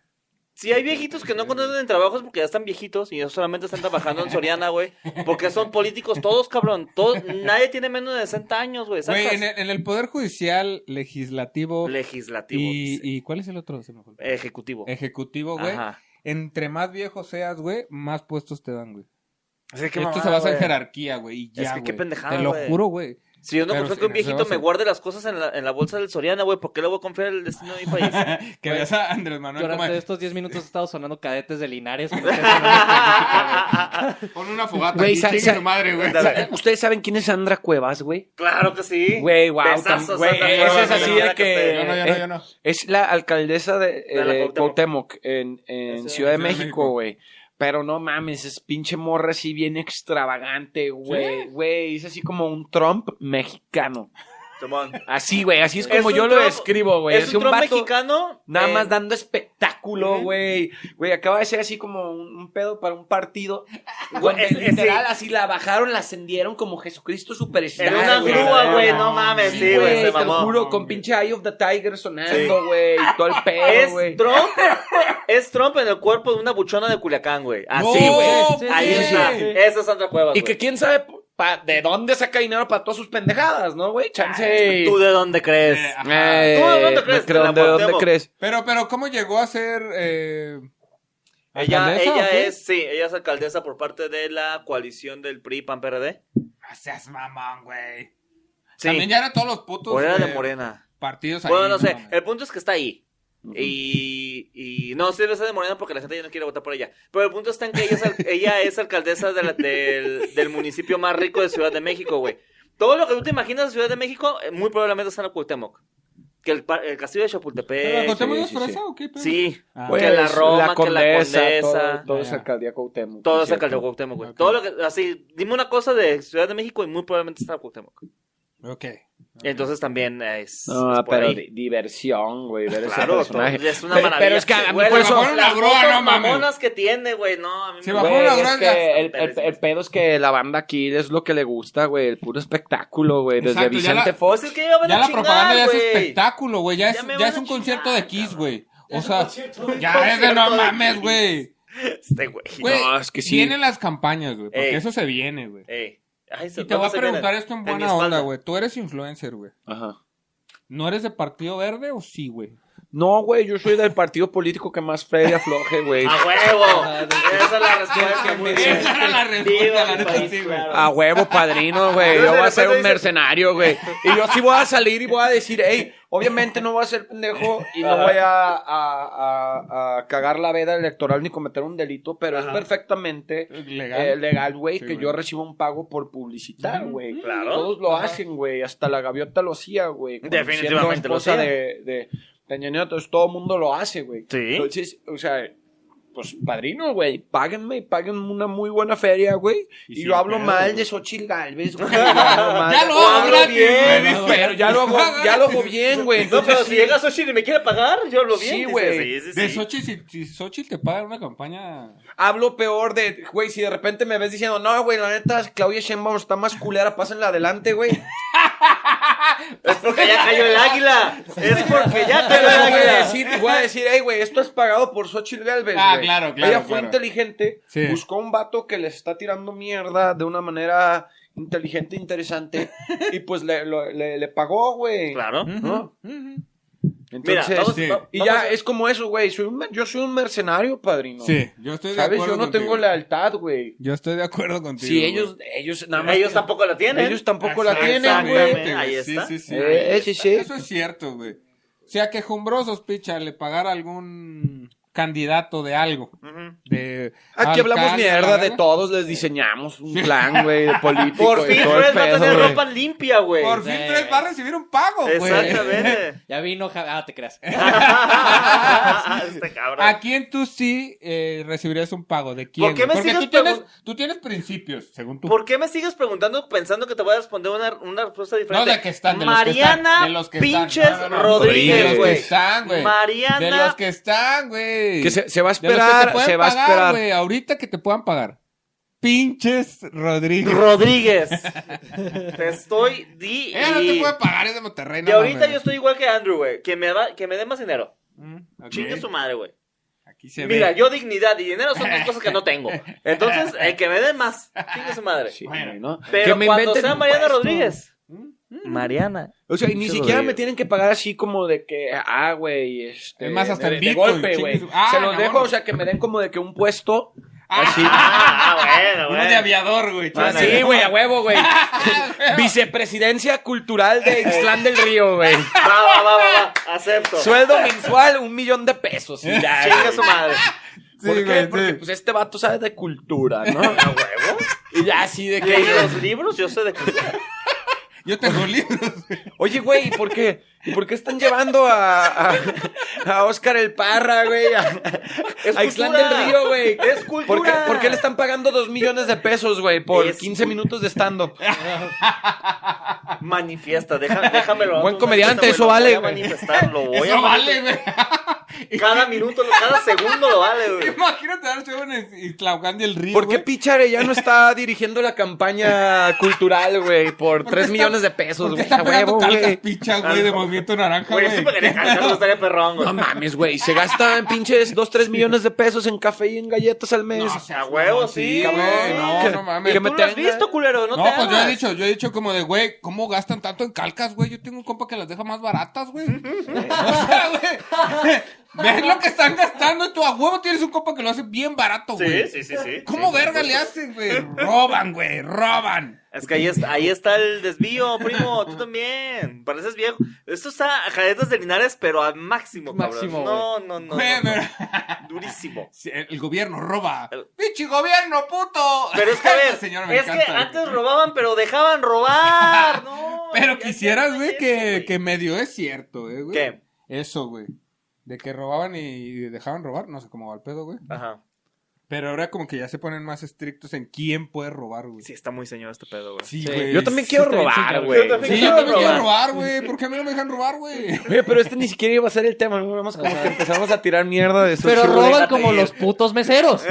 A: si hay viejitos que no conocen trabajos porque ya están viejitos y ellos solamente están trabajando en Soriana, güey. Porque son políticos todos, cabrón. Todos, nadie tiene menos de 60 años, güey.
C: Güey,
A: sacas.
C: en el, en el Poder Judicial, Legislativo,
A: Legislativo.
C: y,
A: dice.
C: y... ¿Cuál es el otro? Se me fue.
A: Ejecutivo.
C: Ejecutivo, güey.
A: Ajá.
C: Entre más viejo seas, güey, más puestos te dan, güey.
A: Es
C: Esto se basa en jerarquía, güey, y ya,
A: Es que qué
C: güey.
A: pendejada,
C: Te lo
A: güey.
C: juro, güey.
A: Si yo no
C: Pero
A: confío
C: sí,
A: que un
C: se
A: viejito
C: basa
A: me
C: en-
A: guarde las cosas en la, en la bolsa del Soriana, güey, ¿por qué le voy a confiar el destino de mi país?
C: Que veas a Andrés Manuel como...
D: Durante estos 10 minutos he estado sonando cadetes de Linares. porque eso no es política, güey.
C: Pon una fogata
B: Güey,
C: y
B: sa-
C: chingue
B: sa-
C: su madre, güey.
A: Ándale.
B: ¿Ustedes saben quién es Sandra Cuevas, güey?
A: claro que sí.
B: Güey, wow,
A: Besazos,
B: tam- güey,
A: Sandra
B: esa
A: Cuevas,
B: es así
A: Sandra
B: de que-
A: Castellano.
C: Yo no, yo no, yo no.
B: Es la alcaldesa de, eh,
A: De la
B: de
A: Cuauhtémoc.
B: Cuauhtémoc en,
A: Esa-
B: en Ciudad de
C: Ciudad de
B: México,
C: México.
B: güey. Pero no mames, es pinche morra así bien extravagante, güey. Güey, es así como un Trump mexicano.
A: Simón.
E: Así, güey, así es como
A: Es un
E: yo lo
A: Trump-
E: describo, güey.
A: es un Trump
E: vato
A: mexicano.
E: nada
A: eh,
E: más dando espectáculo,
A: Ujú.
E: güey. Güey, acaba de ser así como un, un pedo para un partido. Donde
A: es- es-
E: literal,
A: sí.
E: así la bajaron, la ascendieron como Jesucristo Superstar.
A: En una
E: güey.
A: grúa, güey, no mames, sí, güey,
E: te
A: se
E: lo
A: mamó.
E: juro, con pinche Eye of the Tiger sonando, güey, y todo el pedo,
A: Es
E: güey.
A: Trump, es Trump en el cuerpo de una buchona de Culiacán, güey. Así,
E: No,
A: güey.
E: sí,
A: Ahí
E: sí,
A: está.
E: sí.
A: Esa es Sandra Cuevas.
E: Y
A: güey.
E: que quién sabe pa- de dónde saca dinero para todas sus pendejadas, ¿no, güey? Chance.
A: ¿Tú de dónde crees?
C: Eh,
B: Eh,
A: ¿Tú de dónde
B: no
A: crees?
B: creo,
A: Te la
B: ¿De dónde
A: volteo.
B: crees?
C: Pero, pero, ¿cómo llegó a ser. eh,
A: Ella,
C: alcaldesa
A: ella
C: o qué?
A: es, sí, ella es alcaldesa por parte de la coalición del PRI, PAN, PRD.
C: No seas mamón, güey.
A: Sí.
C: También ya eran todos los putos
A: O era de
C: eh,
A: Morena.
C: partidos ahí.
A: Bueno, no sé. eh,
C: mames.
A: El punto es que está ahí. Y, y no, sí debe ser de Morena porque la gente ya no quiere votar por ella. Pero el punto está en que ella es, al- ella es alcaldesa de la- del, del municipio más rico de Ciudad de México, güey. Todo lo que tú te imaginas de Ciudad de México, eh, muy probablemente está en Cuauhtémoc. Que el, par- el castillo de
C: ¿Pero
A: Chapultepec.
C: Cuauhtémoc
B: sí,
C: no es
B: sí, sí.
C: fresa o qué? pedo?
A: Sí,
C: Ah.
B: Pues,
A: que la Roma, que la Condesa,
B: Todo,
E: Ah,
B: todo es
C: ya.
B: alcaldía Cuauhtémoc.
A: todo
B: por
A: es
B: cierto.
A: alcaldía de Cuauhtémoc, güey.
C: Ok.
A: Todo lo que, así, dime una cosa de Ciudad de México y muy probablemente está en Cuauhtémoc.
C: Ok.
A: Entonces también es. es
B: No,
A: por
B: pero
A: ahí.
B: di- diversión, güey, ver ese
A: Claro,
B: personaje.
A: todo- es una
B: Pero-
A: maravilla.
B: Pero es que a mí
A: Güey,
B: por
C: se
B: eso-
C: bajó la
A: las
C: grúa,
A: fotos
C: no mames.
A: mamonas que tiene, güey, no, a mí
C: Se
A: me-
C: bajó
B: Güey,
C: la
B: es
C: granja.
B: que el, el- el pedo es que la banda aquí es lo que le gusta, güey. El puro espectáculo, güey. Desde
C: Exacto, ya la-
B: Vicente
A: Pues
B: Fox.
A: es que ya, van
C: Ya
A: a
C: la
A: chingar,
C: propaganda ya
A: güey.
C: es espectáculo, güey. Ya es,
A: Ya me
C: ya
A: van
C: es
A: a
C: un
A: chingar,
C: concierto de Kiss,
A: cabrón.
C: güey. O
A: Es un
C: sea,
A: concierto de-
C: ya es de no
A: concierto de
C: mames,
A: Kiss.
C: güey.
A: Este güey.
C: Güey,
B: No, es que sí.
C: vienen las campañas, güey. Porque
A: Ey.
C: eso se viene, güey.
A: Ey. Ay, se-
C: Y te voy
A: ¿dónde
C: a
A: se
C: preguntar
A: vienen?
C: esto en
A: mi
C: buena
A: espalda.
C: onda, güey. Tú eres influencer, güey.
B: Ajá.
C: ¿No eres de Partido Verde o sí, güey?
B: No, güey, yo soy del partido político que más Freddy afloje, güey.
A: ¡A
C: Ah,
A: huevo! Esa es la respuesta. muy bien.
C: Esa era
A: Viva
C: la respuesta, la
A: mi
C: neta,
A: país,
C: sí, güey. Ah,
A: claro.
B: A huevo, padrino, güey. Yo
A: Entonces,
B: voy a
A: después
B: ser un
A: dice-
B: mercenario, güey. Y yo sí voy a salir y voy a decir, hey, obviamente no voy a ser pendejo y no voy a, a- a- a cagar la veda electoral ni cometer un delito, pero es
A: Ajá.
B: perfectamente
C: Legal.
B: eh, legal, güey,
C: Sí,
B: que
C: güey.
B: yo reciba un pago por publicitar, güey.
A: Claro.
B: Todos lo hacen, güey. Hasta la gaviota lo hacía, güey. cuando siendo
A: Definitivamente lo
B: esposa
A: hacía.
B: de, de Peña Nieto, entonces todo el mundo lo hace, güey.
A: Sí.
B: Entonces, o sea, pues padrino, güey. Páguenme, páguenme una muy buena feria, güey. Y,
C: Y
B: yo
C: sí,
B: hablo
C: pero,
B: mal
C: güey.
B: de Xochitl Galvez, güey. Yo hablo mal.
C: Ya lo hago
B: Hablo
C: gratis,
B: bien,
C: güey, dice.
B: Pero ya lo hago, ya lo hago bien, güey.
A: No,
B: Entonces,
A: pero si llega Xochitl y me quiere pagar, yo lo bien.
B: Sí,
A: dice,
B: güey.
A: Sí, sí, sí.
C: De Xochitl, si, si Xochitl te paga una campaña.
B: hablo peor de, güey, si de repente me ves diciendo, no, güey, la neta, Claudia Sheinbaum está más culera, pásenla adelante, güey.
A: Es porque ya cayó el águila. Es porque ya cayó el
B: Pero voy a
A: águila.
B: decir, voy a decir, hey, güey, esto es pagado por Xochitl Galvez.
C: Ah,
B: güey".
C: claro, claro,
B: Ella fue
C: claro.
B: inteligente,
C: Sí.
B: buscó un vato que le está tirando mierda de una manera inteligente, interesante, y pues le, lo- le- le pagó, güey.
A: Claro.
B: ¿No?
A: Mira,
B: Entonces,
A: vamos,
C: sí. eh,
A: va-
B: y
A: vamos
B: ya
C: pues,
A: a-
B: es como eso, güey. Soy un mer- yo soy un mercenario, padrino.
C: Sí, yo estoy de
B: ¿Sabes?
C: acuerdo.
B: Yo no
C: contigo.
B: tengo lealtad, güey.
C: Yo estoy de acuerdo contigo.
B: Si
C: güey.
B: ellos, ellos nada más.
A: Ellos tampoco la tienen.
B: ellos tampoco la tienen,
A: Exactamente,
B: güey.
A: Ahí está.
C: ¿eh? Sí, sí, sí.
B: Eh, eh, sí, sí.
C: Eso es cierto, güey. Si a quejumbrosos, picha, le pagara algún candidato de algo.
A: Ujú.
C: De
B: Aquí hablamos
C: alcalde, la
B: mierda de
C: verga.
B: todos, les diseñamos un plan, güey, de político.
A: Por
B: y
A: fin
B: todo el
A: Fred va a
B: pedo,
A: tener
B: güey.
A: ropa limpia, güey.
C: Por fin
D: Sí.
C: Fred va a recibir un pago, güey.
A: Exactamente.
D: Ya vino, Ja- ah, te creas.
A: este cabrón.
C: ¿A quién tú sí eh, recibirías un pago? ¿De quién?
A: ¿Por qué
C: güey?
A: me
C: Porque
A: sigues
C: tú tienes,
A: pregun-
C: tú tienes principios, según tú.
A: ¿Por qué me sigues preguntando pensando que te voy a responder una, una respuesta diferente?
C: No, de que están, de los que están,
A: Mariana
C: de los que están.
A: Pinches
C: No, no, no,
B: de los
A: Rodríguez,
B: que
A: güey.
C: están, güey.
A: Mariana.
C: De los que están, güey.
B: Que se, se va a
C: De los que te
B: esperar,
C: pueden
B: se va a
C: pagar,
B: esperar.
C: güey, ahorita que te puedan pagar. Pinches Rodríguez.
A: Rodríguez. te estoy di
C: Ella Eh, no te
A: y,
C: puede pagar, es de Monterrey.
A: y ahorita yo estoy igual que Andrew, güey, que me va- que me dé más dinero.
C: estoy...
A: Chingue su madre, güey.
C: Mm, Aquí se
A: Mira,
C: ve.
A: yo dignidad y dinero son dos cosas que no tengo. Entonces, el que me dé más, chingue su madre.
B: Sí,
C: Bueno.
B: güey, ¿no?
A: Pero cuando
B: inventen
A: sea
B: un
A: Mariana
B: puesto.
A: Rodríguez. Mariana.
B: O sea, y ni
A: Pinche
B: siquiera me
A: Rodríguez.
B: tienen que pagar así como de que, ah, güey, este.
C: Es más, hasta
B: de,
C: en
B: de
C: Bitcoin,
B: golpe,
C: chingue
B: güey.
C: su- Ah,
B: se los
C: no,
B: dejo,
C: bueno.
B: o sea, que me den como de que un puesto. Así.
A: Ah, bueno,
C: Uno de aviador, güey.
A: Ah,
C: chale.
B: Así, güey, a huevo, güey. Vicepresidencia cultural de Ixtlán del Río, güey.
A: Va, va, va, va, va. Acepto.
B: Sueldo mensual, un millón de pesos. y ya,
A: Chinga
B: güey.
A: su madre.
B: ¿Por qué?
C: Sí, güey,
B: Porque
C: sí.
B: pues este vato sabe de cultura, ¿no?
A: ¿A huevo?
B: y ya así de
A: ¿Leí
B: que.
A: los libros? Yo sé de cultura.
C: Yo tengo libros, güey.
B: Oye, güey, ¿y por qué? ¿Y por qué están llevando a, a, a Oscar el Parra, güey? A, a Ixtlán
A: cultura.
B: del Río, güey.
A: Es
B: ¿Por qué,
A: cultura.
B: por qué le están pagando dos millones de pesos, güey, por
A: Es
B: 15 minutos de stand-up?
A: manifiesta, deja- déjamelo.
B: Buen
A: Tú
B: comediante,
A: manifiesta,
B: eso
A: güey,
B: vale,
A: Lo voy a
B: güey.
A: manifestar, lo voy a
C: Eso vale, güey.
A: Cada minuto, cada segundo lo vale, güey.
C: Imagínate darse un en Islaucán y el río.
B: ¿Por qué
C: güey.
B: pinche Arellano está dirigiendo la campaña cultural, güey? Por
C: ¿Por qué
B: 3
C: está-
B: millones de pesos,
C: ¿Por qué
B: güey.
C: está
B: A
C: pegando
B: huevo,
C: calcas
B: güey.
C: pichas, güey, de movimiento naranja,
A: Güey, eso
C: güey?
A: para que no estaría perrón, güey.
B: No mames, güey. Se gastan pinches 2, 3 millones de pesos en café y en galletas al mes.
C: No, seas
A: a huevo,
C: mamón,
A: sí,
C: güey,
A: cabrón.
C: No,
B: Que-
C: no mames.
B: que
A: Tú
B: me
A: lo has
B: tenga-
A: visto, culero, no,
C: No,
A: te
C: pues yo he
A: hagas.
C: dicho, yo he dicho como de, güey, ¿cómo gastan tanto en calcas, güey? Yo tengo un compa que las deja más baratas, güey. o sea, güey, ves lo que están gastando y tú a huevo tienes un compa que lo hace bien barato, güey.
A: Sí, sí, sí, sí.
C: ¿Cómo
A: Sí,
C: verga
A: por
C: le hacen, güey? Roban, güey, roban.
A: Es que ahí está, ahí está el desvío, primo, tú también. Pareces viejo. Esto está a cadetas de Linares, pero al máximo, cabrón.
D: Máximo,
A: no, no, no, no,
C: Güey,
A: no.
C: pero-
A: Durísimo.
C: Sí, El el gobierno roba.
A: El-
C: ¡Pichi gobierno, puto!
A: Pero es que a ver,
C: Esta señora me
A: es que
C: encanta, güey.
A: antes robaban, pero dejaban robar. No,
C: Pero
A: ya
C: quisieras,
A: está,
C: güey,
A: eso,
C: que,
A: güey.
C: que medio es cierto, eh, güey.
A: ¿Qué?
C: Eso, güey. De que robaban y dejaban robar, no sé cómo va el pedo, güey.
A: Ajá.
C: Pero ahora como que ya se ponen más estrictos en quién puede robar, güey.
A: Sí, está muy señor este pedo, güey.
C: Sí,
D: Sí.
C: güey.
B: Yo también quiero
D: Sí, está bien,
B: robar,
D: señor.
B: güey.
A: Yo también
C: Sí, yo también quiero robar, güey. ¿Por qué a mí no me dejan robar, güey?
B: Oye, pero este ni siquiera iba a ser el tema. ¿no? Vamos como que empezamos a tirar mierda de eso.
D: Pero
B: Sí, güey.
D: roban
A: déjate
D: como
A: ir.
D: los putos meseros.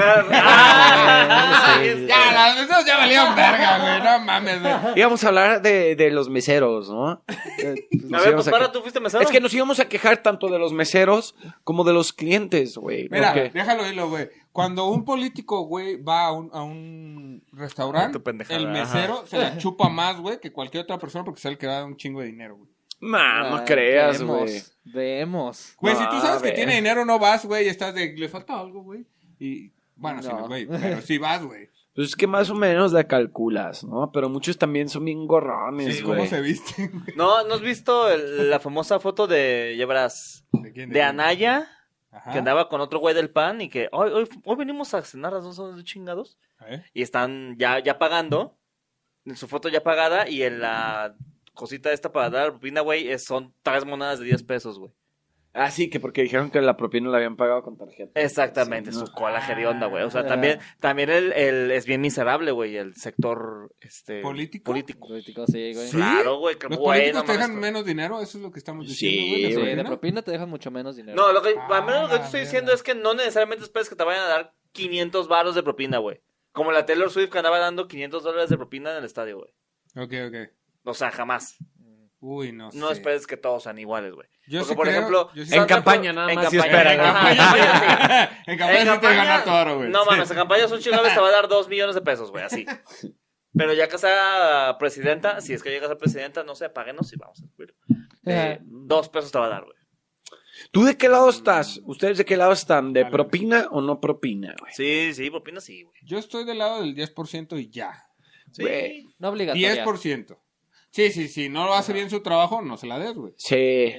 A: Ah, ahí está.
C: Ya, las veces ya valían verga, güey. No mames, güey.
B: Íbamos a hablar de, de los meseros, ¿no? Eh,
A: A
B: nos
A: ver,
B: íbamos
A: pues
B: a
A: para,
B: que-
A: tú fuiste mesero.
B: Es que nos íbamos a quejar tanto de los meseros como de los clientes, güey.
C: Mira,
B: porque-
C: déjalo hilo, güey. Cuando un político, güey, va a un, a un restaurante,
A: Tu pendejada,
C: el mesero se la chupa más, güey, que cualquier otra persona porque es el que da un chingo de dinero, güey.
B: Nah, no
D: Ah,
B: creas,
D: vemos,
B: güey.
D: Vemos.
C: Güey, si
B: Ah,
C: tú sabes que
B: ver.
C: tiene dinero, no vas, güey, y estás de, le falta algo, güey. Y, bueno, sí,
D: No.
C: güey, pero sí vas, güey.
B: Pues es que más o menos la calculas, ¿no? Pero muchos también son bien gorrones,
C: Sí, ¿Cómo
B: güey.
C: se viste? güey?
A: No, ¿no has visto el- la famosa foto de, ya verás,
C: ¿De quién?
A: de
C: quién?
A: Anaya?
C: Ajá.
A: que andaba con otro güey del pan y que hoy, hoy, hoy venimos a cenar las dos horas de chingados
C: A ver.
A: y están ya, ya pagando, en su foto ya pagada y en la cosita esta para dar propina, güey, es- son tres monedas de 10 pesos, güey.
B: Ah, sí, que porque dijeron que la propina la habían pagado con tarjeta.
A: Exactamente,
B: Sí,
A: su
B: no.
A: cola hedionda, güey. O sea,
D: Ah.
A: también, también el, el- es bien miserable, güey, el sector este,
C: ¿Político?
D: Político, sí, güey.
C: Sí.
A: Claro, güey, que
C: ¿Los
A: güey,
C: políticos
A: no
C: te dejan
A: mames,
C: menos dinero? Eso es lo que estamos
B: Sí,
D: Sí,
C: diciendo, güey.
D: de
C: ¿De propina?
D: propina te dejan mucho menos dinero.
A: No, lo que, a menos lo que
C: Ah,
A: te estoy
C: la
A: diciendo
C: verga.
A: es que no necesariamente esperes que te vayan a dar 500 varos de propina, güey. Como la Taylor Swift que andaba dando 500 dólares de propina en el estadio, güey.
C: Ok, ok.
A: O sea, jamás.
C: Uy, no sé.
A: No esperes que todos sean iguales, güey.
C: Yo
A: Porque,
C: sí
A: por
C: creo-
A: ejemplo,
C: yo sí
B: En
A: Sandra
B: campaña
A: Cro-
B: nada
A: en
B: más sí
A: campaña,
B: esperan,
A: ajá,
B: ¿no?
A: en campaña, sí.
C: en campaña
A: En
C: sí te
A: campaña-
C: gana todo, güey.
A: No mames, en campaña un Chávez te va a dar 2 millones de pesos, güey, así. Pero ya que sea presidenta, si es que llegas a ser presidenta, no sé, páguenos y vamos a subir. Eh,
D: Ajá.
A: dos pesos te va a dar, güey.
B: ¿Tú de qué lado estás? ¿Ustedes de qué lado están? ¿De
C: Dale.
B: propina o no propina, güey?
A: Sí, sí, propina sí, güey.
C: Yo estoy del lado del 10% y ya.
A: Sí.
B: Güey.
D: No obligatoria.
C: 10%. Sí, sí, sí. No lo hace bien su trabajo, no se la des, güey.
B: Sí.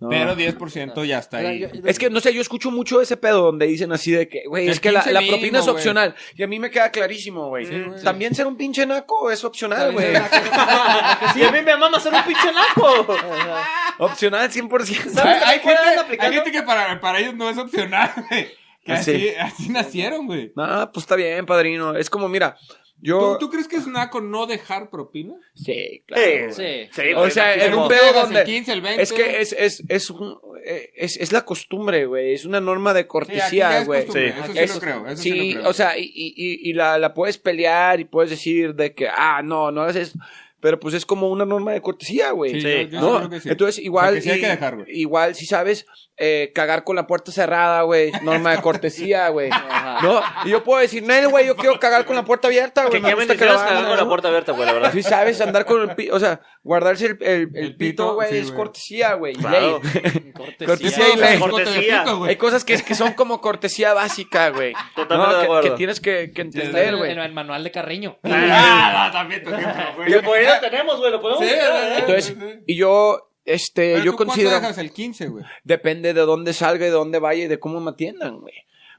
B: No.
C: Pero 10% ya está
D: Mira,
C: ahí.
D: yo- yo-
B: Es que, no sé, yo escucho mucho ese pedo donde dicen así de que, güey,
C: El
B: es que la,
C: pinche
B: la
C: mimo,
B: propina es
C: güey.
B: opcional. Y a mí me queda clarísimo, güey.
A: Sí,
C: güey.
B: También ser un pinche naco es opcional,
D: También
B: güey.
D: ser naco.
A: Y a mí me mama ser un pinche naco.
D: Ajá.
B: Opcional 100%.
A: ¿Sabes
C: Hay,
A: qué
C: hay
A: fueran
C: gente, hay
A: aplicando?
C: gente que para, para ellos no es opcional, güey. Que
B: Ah, sí.
C: así, así nacieron, güey.
B: No, pues está bien, padrino. Es como, mira, yo...
C: ¿Tú, tú crees que es naco no dejar propina?
B: Sí,
A: Eh,
B: güey.
D: Sí.
A: Sí,
B: O
A: güey,
B: sea,
A: naquísimo.
B: en un
C: Te
B: pedo
C: hagas
B: donde...
C: El 15, el 20.
B: Es que es, es, es, un- eh, es, es la costumbre, güey. Es una norma de
C: Sí, aquí ya
B: cortesía,
C: es
B: güey.
C: costumbre,
A: Sí.
C: Eso sí
B: Eso-
C: lo creo. Eso sí,
B: sí,
C: lo creo.
B: o sea, y, y- y- y la, la puedes pelear y puedes decir de que, ah, no, no hagas esto. Pero pues es como una norma de cortesía, güey.
C: Sí,
A: sí,
C: yo- yo sí
B: No,
C: creo que sí.
B: entonces igual,
C: O sea, que sí hay
B: y-
C: que dejar, güey.
B: igual si sabes eh, cagar con la puerta cerrada, güey, norma de cortesía, güey.
D: Ajá.
B: No, y yo puedo decir, no, güey, yo quiero cagar con la puerta abierta,
A: Que
B: güey. me
A: qué
B: gusta que
A: bendición
B: lo
A: es cagar
B: hagan,
A: con la
B: ¿no?
A: puerta abierta, güey, la verdad.
B: Si sabes andar con el pito, o sea, guardarse el, el- el
C: El pito,
B: pito, güey,
C: sí,
B: es
C: güey.
B: cortesía, güey. y
A: Claro.
B: ley.
D: Cortesía.
B: Cortesía
C: Sí,
B: y ley.
C: corte de
A: Cortesía.
C: pito, güey.
B: Hay cosas que, que son como cortesía básica, güey.
A: Totalmente
B: No,
A: de
B: que-
A: acuerdo.
B: que, tienes que, que
D: En
B: entender,
D: el,
B: güey.
D: en el manual de Carriño.
C: Ah, no, también tu ejemplo, güey.
A: Que por ahí lo tenemos, güey, lo podemos
C: Sí,
A: buscar,
C: sí,
A: ¿eh?
C: sí.
B: Ah, Entonces, y yo, este,
C: Pero
B: yo
C: tú
B: considero,
C: ¿Cuánto dejas el 15, güey?
B: depende de dónde salga y de dónde vaya y de cómo me atiendan, güey.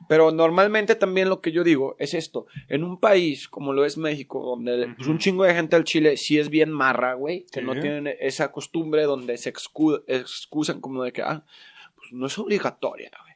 B: Pero normalmente también lo que yo digo es esto. En un país como lo es México, donde pues, un chingo de gente al Chile sí es bien marra, güey, que no
C: Sí.
B: tienen esa costumbre donde se excu- excusan como de que, ah, pues no es obligatoria, güey.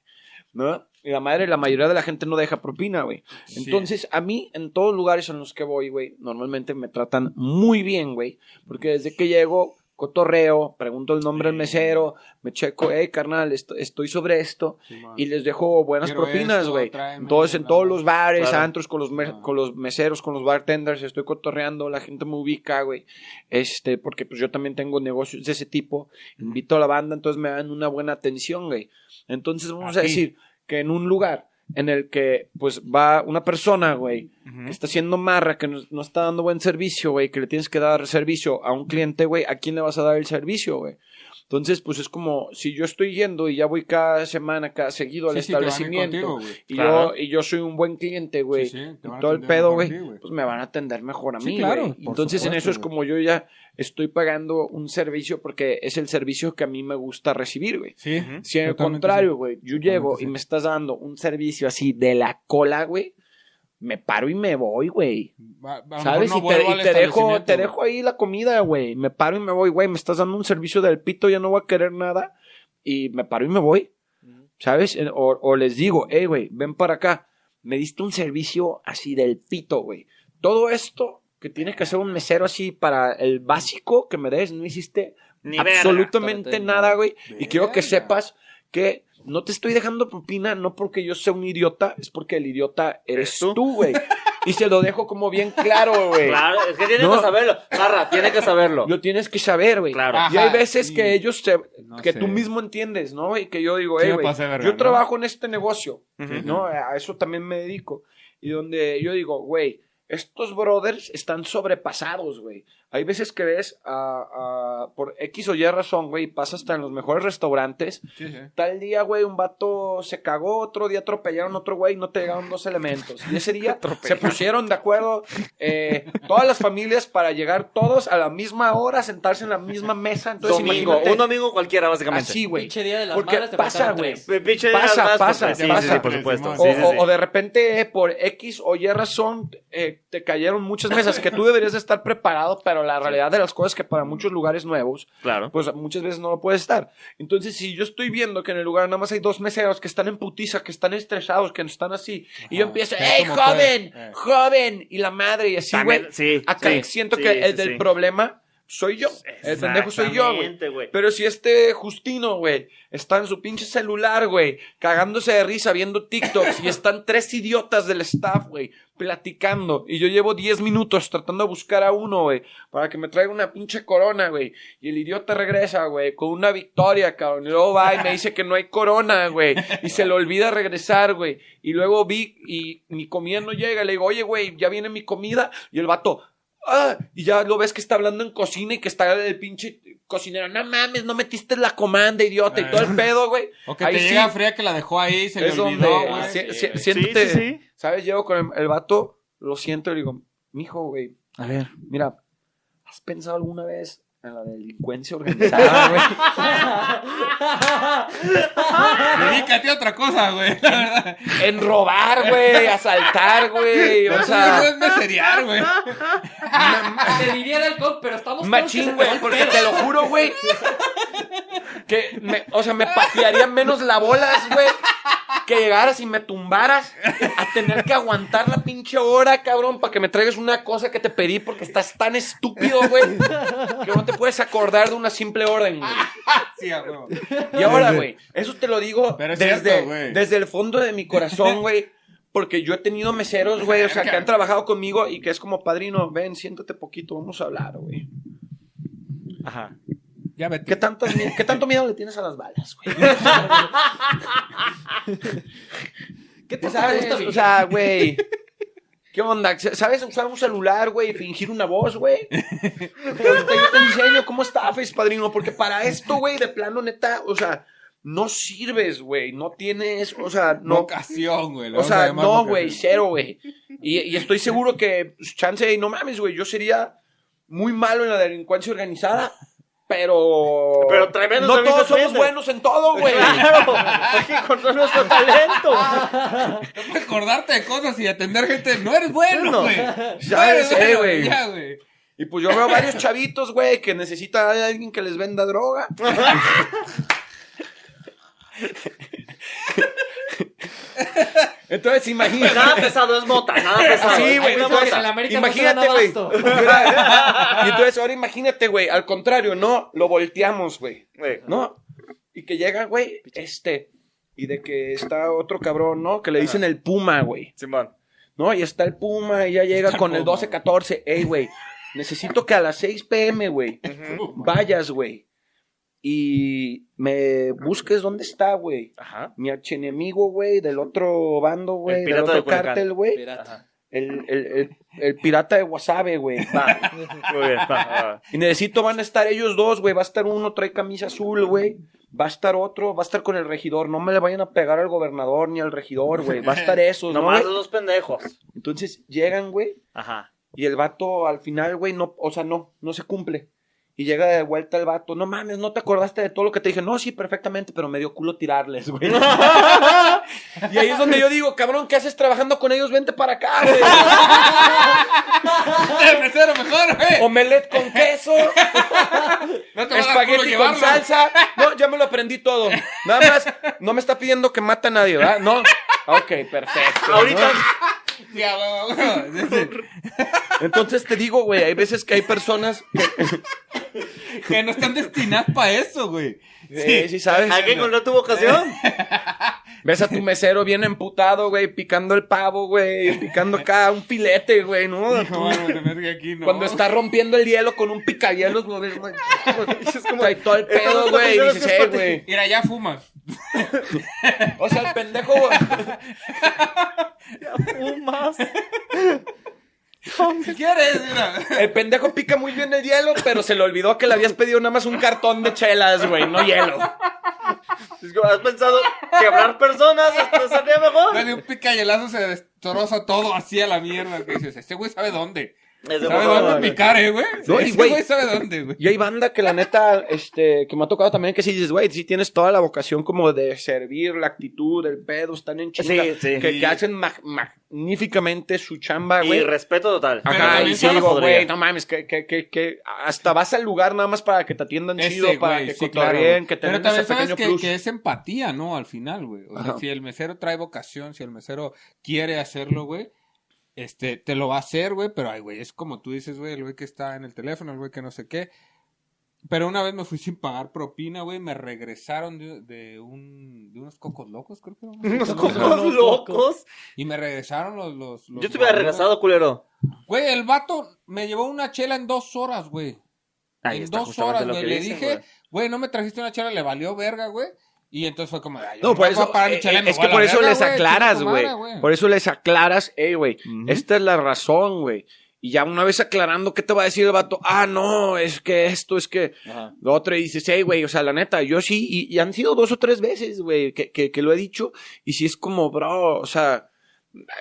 B: ¿No? Y la madre, la mayoría de la gente no deja propina, güey. Entonces, a mí, en todos lugares en los que voy, güey, normalmente me tratan muy bien, güey. Porque desde que llego, cotorreo, pregunto el nombre del mesero, me checo, hey, carnal, est- estoy sobre esto. Y les dejo buenas
C: Quiero
B: propinas,
C: esto,
B: güey.
C: tráeme,
B: Entonces, en
C: bla,
B: todos
C: bla.
B: los bares,
A: Claro.
B: antros, con los, me-
C: Ah.
B: con los meseros, con los bartenders, estoy cotorreando, la gente me ubica, güey. Este, porque pues yo también tengo negocios de ese tipo. Invito a la banda, entonces me dan una buena atención, güey. Entonces, vamos a
C: Aquí.
B: decir que en un lugar en el que, pues, va una persona, güey, que está haciendo marra, que no, no está dando buen servicio, güey, que le tienes que dar servicio a un cliente, güey, ¿a quién le vas a dar el servicio, güey? Entonces, pues es como si yo estoy yendo y ya voy cada semana, cada seguido al
C: Sí, sí, te van a ir
B: establecimiento.
C: contigo, güey.
B: y,
A: Claro.
B: yo, y yo soy un buen cliente, güey.
C: Sí, sí, te
B: y
C: van a
B: todo el
C: atender
B: pedo,
C: mejor a
B: güey.
C: ti, güey.
B: Pues me van a atender mejor a
C: Sí,
B: mí.
C: claro,
B: güey.
C: por
B: Entonces, en
C: supuesto,
B: eso es
C: güey.
B: como yo ya estoy pagando un servicio porque es el servicio que a mí me gusta recibir, güey.
C: Sí.
B: Si al
C: Totalmente
B: contrario,
C: sí.
B: güey, yo llego
C: Totalmente
B: y
C: sí.
B: me estás dando un servicio así de la cola, güey, me paro y me voy, güey.
C: Va- a lo mejor
B: ¿Sabes?
C: no
B: y te,
C: vuelvo
B: y
C: al
B: te dejo,
C: establecimiento,
B: te
C: güey.
B: dejo ahí la comida, güey. Me paro y me voy, güey. Me estás dando un servicio del pito, ya no voy a querer nada. Y me paro y me voy. ¿Sabes? En- O, o les digo, hey, güey, ven para acá. Me diste un servicio así del pito, güey. Todo esto que tiene que hacer un mesero así para el básico que me des, no hiciste
A: Ni verga.
B: absolutamente
D: Espérate,
B: nada,
D: no.
B: güey. Y quiero que
C: Verga.
B: sepas que no te estoy dejando propina, no porque yo sea un idiota, es porque el idiota eres
A: ¿Eres tú?
B: tú, güey. y se lo dejo como bien claro, güey.
A: Claro, es que tiene
B: No.
A: que saberlo. Marra, tiene que saberlo.
B: Lo tienes que saber, güey.
A: Claro.
C: Ah.
B: Y hay
C: Ajá,
B: veces
C: sí.
B: que ellos se-
C: No
B: que
C: sé.
B: tú mismo entiendes, ¿no? Y que yo digo,
C: Sí
B: hey,
C: me
B: güey,
C: pasé de verga,
B: yo
C: ¿no?
B: trabajo en este negocio,
A: Ujú.
B: ¿no? A eso también me dedico. Y donde yo digo, güey, estos brothers están sobrepasados, güey. Hay veces que ves a- a- por X o Y razón, güey, pasa hasta en los mejores restaurantes
C: Sí, sí.
B: Tal día, güey, un vato se cagó, otro día atropellaron a otro güey y no te llegaron dos elementos. Y ese día se pusieron de acuerdo eh, todas las familias para llegar todos a la misma hora, sentarse en la misma mesa. Entonces,
A: domingo,
B: imagínate,
A: un domingo cualquiera, básicamente.
B: así, güey.
D: Pinche día de las
B: Porque
D: madres te
B: pasa,
D: faltaron
B: güey.
D: tres.
A: Pe- pinche
B: Pasa,
A: ideas más,
B: pasa,
A: pues, sí,
B: pasa.
A: Sí, sí, por supuesto.
C: O-
A: Sí,
B: O,
A: sí,
B: o-
A: sí.
B: o de repente, eh, por X o Y razón, eh, te cayeron muchas mesas que tú deberías de estar preparado, pero la realidad de las cosas es que para muchos lugares nuevos,
A: Claro.
B: pues muchas veces no lo puede estar. Entonces, si yo estoy viendo que en el lugar nada más hay dos meseros que están en putiza, que están estresados, que están así, y yo
C: Ajá,
B: empiezo,
C: que es
B: ¡Ey,
C: como
B: joven!
C: que, eh.
B: ¡Joven! Y la madre, y así, güey.
A: También- sí,
B: Acá
A: sí,
B: siento
A: sí,
B: que el
A: sí,
B: del
A: sí.
B: problema soy yo. El pendejo soy yo, güey.
A: Exactamente, güey.
B: Pero si este Justino, güey, está en su pinche celular, güey, cagándose de risa viendo TikToks y están tres idiotas del staff, güey, platicando. Y yo llevo 10 minutos tratando de buscar a uno, güey, para que me traiga una pinche corona, güey. Y el idiota regresa, güey, con una victoria, cabrón. Y luego va y me dice que no hay corona, güey. Y se le olvida regresar, güey. Y luego vi y mi comida no llega. Le digo, oye, güey, ya viene mi comida. Y el vato, Ah, y ya lo ves que está hablando en cocina y que está el pinche cocinero. No mames, no metiste la comanda, idiota, y todo el pedo, güey.
C: O que
B: Ahí
C: te
B: sí,
C: llega fría que la dejó ahí, Ah. se le
B: es donde
C: olvidó, güey.
B: si-
D: Sí,
B: si-
D: güey.
B: siéntete-
A: Sí, sí, sí.
B: ¿Sabes? Llego con el, el vato, lo siento, y le digo, mijo, güey, a ver, mira, ¿has pensado alguna vez en la delincuencia organizada, güey?
C: Dedícate a otra cosa, güey. La verdad.
B: en robar, güey, asaltar, güey, o
C: Eso
B: sea...
C: no es meseriar, güey.
D: Te diría el alcohol, pero estamos
B: Machín, güey, porque te lo juro, güey. Que, me- o sea, me patearía menos la bolas, güey. Que llegaras y me tumbaras a tener que aguantar la pinche hora, cabrón, para que me traigas una cosa que te pedí porque estás tan estúpido, güey, que no te puedes acordar de una simple orden, güey.
C: Sí, a huevo.
B: Y ahora, güey, eso te lo digo
C: Pero es
B: desde,
C: cierto, güey.
B: desde el fondo de mi corazón, güey. Porque yo he tenido meseros, güey, o sea, que han trabajado conmigo y que es como, padrino, ven, siéntate poquito, vamos a hablar, güey.
A: Ajá.
C: Ya vete.
B: ¿Qué, tantas mi- qué tanto miedo le tienes a las balas, güey?
D: ¿Qué
B: ¿Qué
D: te
B: sabes?
D: gusta,
B: O
D: güey?
B: sea, güey. ¿Qué onda? ¿Sabes usar un celular, güey? y Fingir una voz, güey. Ahorita yo te enseño cómo estafes, padrino. Porque para esto, güey, de plano, neta, o sea, no sirves, güey. No tienes, o sea, no.
C: Vocación, güey. le
B: O
C: vamos a
B: sea,
C: llamar
B: no,
C: vocación.
B: güey, cero, güey. Y, y estoy seguro que, pues, chance, no mames, güey, yo sería muy malo en la delincuencia organizada, pero...
A: Pero tremendo
B: No
A: servicio
B: todos somos
A: prende.
B: buenos en todo, güey.
A: Claro, hay que encontrar nuestro talento.
C: No puedes acordarte de cosas y atender gente. No eres bueno,
B: No.
C: güey.
B: Ya
C: No
B: sé,
C: bueno,
B: güey.
C: Ya, güey.
B: Y pues yo veo varios chavitos, güey, que necesitan a alguien que les venda droga. Entonces, imagínate.
A: Nada pesado es mota, nada pesado.
B: Sí,
A: Hay
B: güey,
A: una
B: entonces,
A: mota.
D: en la América no se
B: imagínate,
D: dan
B: güey.
D: abasto.
B: Mira, Y entonces ahora imagínate, güey, al contrario, no, lo volteamos, güey,
A: Güey.
B: ¿no? Y que llega, güey, este, y de que está otro cabrón, ¿no? Que le dicen el Puma, güey,
A: Simón.
B: ¿no? Y está el Puma y ya llega
C: el
B: con el
C: Puma.
B: 12-14, ey, güey, necesito que a las 6 pm, güey, vayas, güey, y me busques dónde está, güey.
A: Ajá.
B: Mi archienemigo, güey, del otro bando, güey, del
A: pirata de
B: otro
A: Culiacán.
B: cártel, güey.
D: Pirata.
B: El, el, el, el pirata de Wasabe, güey. Va.
A: Muy bien. Ah, va,
B: Y necesito, van a estar ellos dos, güey. Va a estar uno, trae camisa azul, güey. Va a estar otro, va a estar con el regidor. No me le vayan a pegar al gobernador ni al regidor, güey. Va a estar
A: va.
B: esos, Pues ¿no?
A: Nomás
B: güey?
A: los dos pendejos.
B: Entonces llegan, güey.
A: Ajá.
B: Y el vato al final, güey, no, o sea, no, no se cumple. Y llega de vuelta el vato. No mames, no te acordaste de todo lo que te dije. No, sí, perfectamente, pero me dio culo tirarles, güey. y ahí es donde yo digo, cabrón, ¿qué haces trabajando con ellos? Vente para acá, güey.
C: El mesero mejor, güey.
B: Omelet con queso,
C: No te va a dar culo
B: espagueti con
C: llevarlo.
B: salsa. No, ya me lo aprendí todo. Nada más, no me está pidiendo que mate a nadie, ¿verdad? No. Ok, perfecto. ¿no?
A: Ahorita.
C: Ya, güey, güey, güey. Sí,
B: Entonces te digo, güey, hay veces que hay personas.
C: sí. Que no están destinadas para eso, güey.
B: eh, Sí, sí, sabes.
A: ¿Alguien encontró tu vocación?
B: Ves a tu mesero bien emputado, güey, picando el pavo, güey, picando acá un filete, güey, ¿no?
C: No, güey, de verga aquí no.
B: Cuando está rompiendo el hielo con un picahielos, güey, ves, güey. Trae todo el
A: Estamos
B: pedo, güey, y
A: platicando
B: dices,
A: que es
B: eh,
A: para ti".
B: güey.
C: Mira, ya fumas.
B: O sea, el pendejo, güey.
A: Fumas.
C: Si quieres, mira.
B: El pendejo pica muy bien el hielo, pero se le olvidó que le habías pedido nada más un cartón de chelas, güey, no hielo.
A: Es como, ¿Has pensado quebrar personas? ¿Esto sería mejor?
C: Dale un picayelazo, se destroza todo así a la mierda. Que dices, este güey sabe dónde.
A: Es de
C: Sabe
A: modo,
C: dónde picar, eh, güey.
B: No, y
C: este
B: güey-
C: güey sabe dónde, güey.
B: Y hay banda que la neta, este, que me ha tocado también que sí dices, güey, sí tienes toda la vocación como de servir, la actitud, el pedo, están en chinga.
A: Sí, sí.
B: Que, que hacen ma- magníficamente su chamba,
A: Y
B: güey.
A: respeto total.
C: Pero
B: Ajá,
C: también
B: y sí,
C: solo
B: digo,
A: podría.
B: güey, no mames, que, que, que, que hasta vas al lugar nada más para que te atiendan
C: Ese,
B: chido, para
C: güey,
B: que
C: sí,
B: cotorreen,
C: claro.
B: que te
C: Pero
B: den
C: también
B: ese
C: sabes
B: pequeño
C: que,
B: plus.
C: que es empatía, ¿no? Al final, güey. O sea,
B: Ajá.
C: si el mesero trae vocación, si el mesero quiere hacerlo, güey, este, te lo va a hacer, güey, pero ay, güey, es como tú dices, güey, el güey que está en el teléfono, el güey que no sé qué. Pero una vez me fui sin pagar propina, güey, me regresaron de, de un, de unos cocos locos, creo que eran.
A: Unos
D: Unos
A: cocos locos.
D: locos.
C: Y me regresaron los... los, los
A: Yo te hubiera
C: valores.
A: regresado, culero.
C: Güey, el vato me llevó una chela en dos horas, güey.
A: Ahí
C: en
A: está
C: dos
A: justamente
C: horas,
A: lo
C: güey.
A: que
C: Le
A: dicen,
C: dije,
A: güey.
C: güey, no me trajiste una chela, le valió verga, güey. Y entonces fue como, ay, yo
B: No, por
C: me voy
B: eso,
C: a pagar mi
B: eh,
C: chela y me
B: es
C: voy
B: que
C: a la
B: por eso
C: verga,
B: les
C: güey,
B: aclaras,
C: chinga tu
B: güey.
C: madre,
B: Por eso les aclaras, hey, güey, esta es la razón, güey. Y ya una vez aclarando, ¿qué te va a decir el vato? Ah, no, es que esto, es que
D: Ajá.
B: lo otro. Y dices, hey, güey, o sea, la neta, yo sí, y, y han sido dos o tres veces, güey, que, que, que lo he dicho. Y si es como, bro, o sea,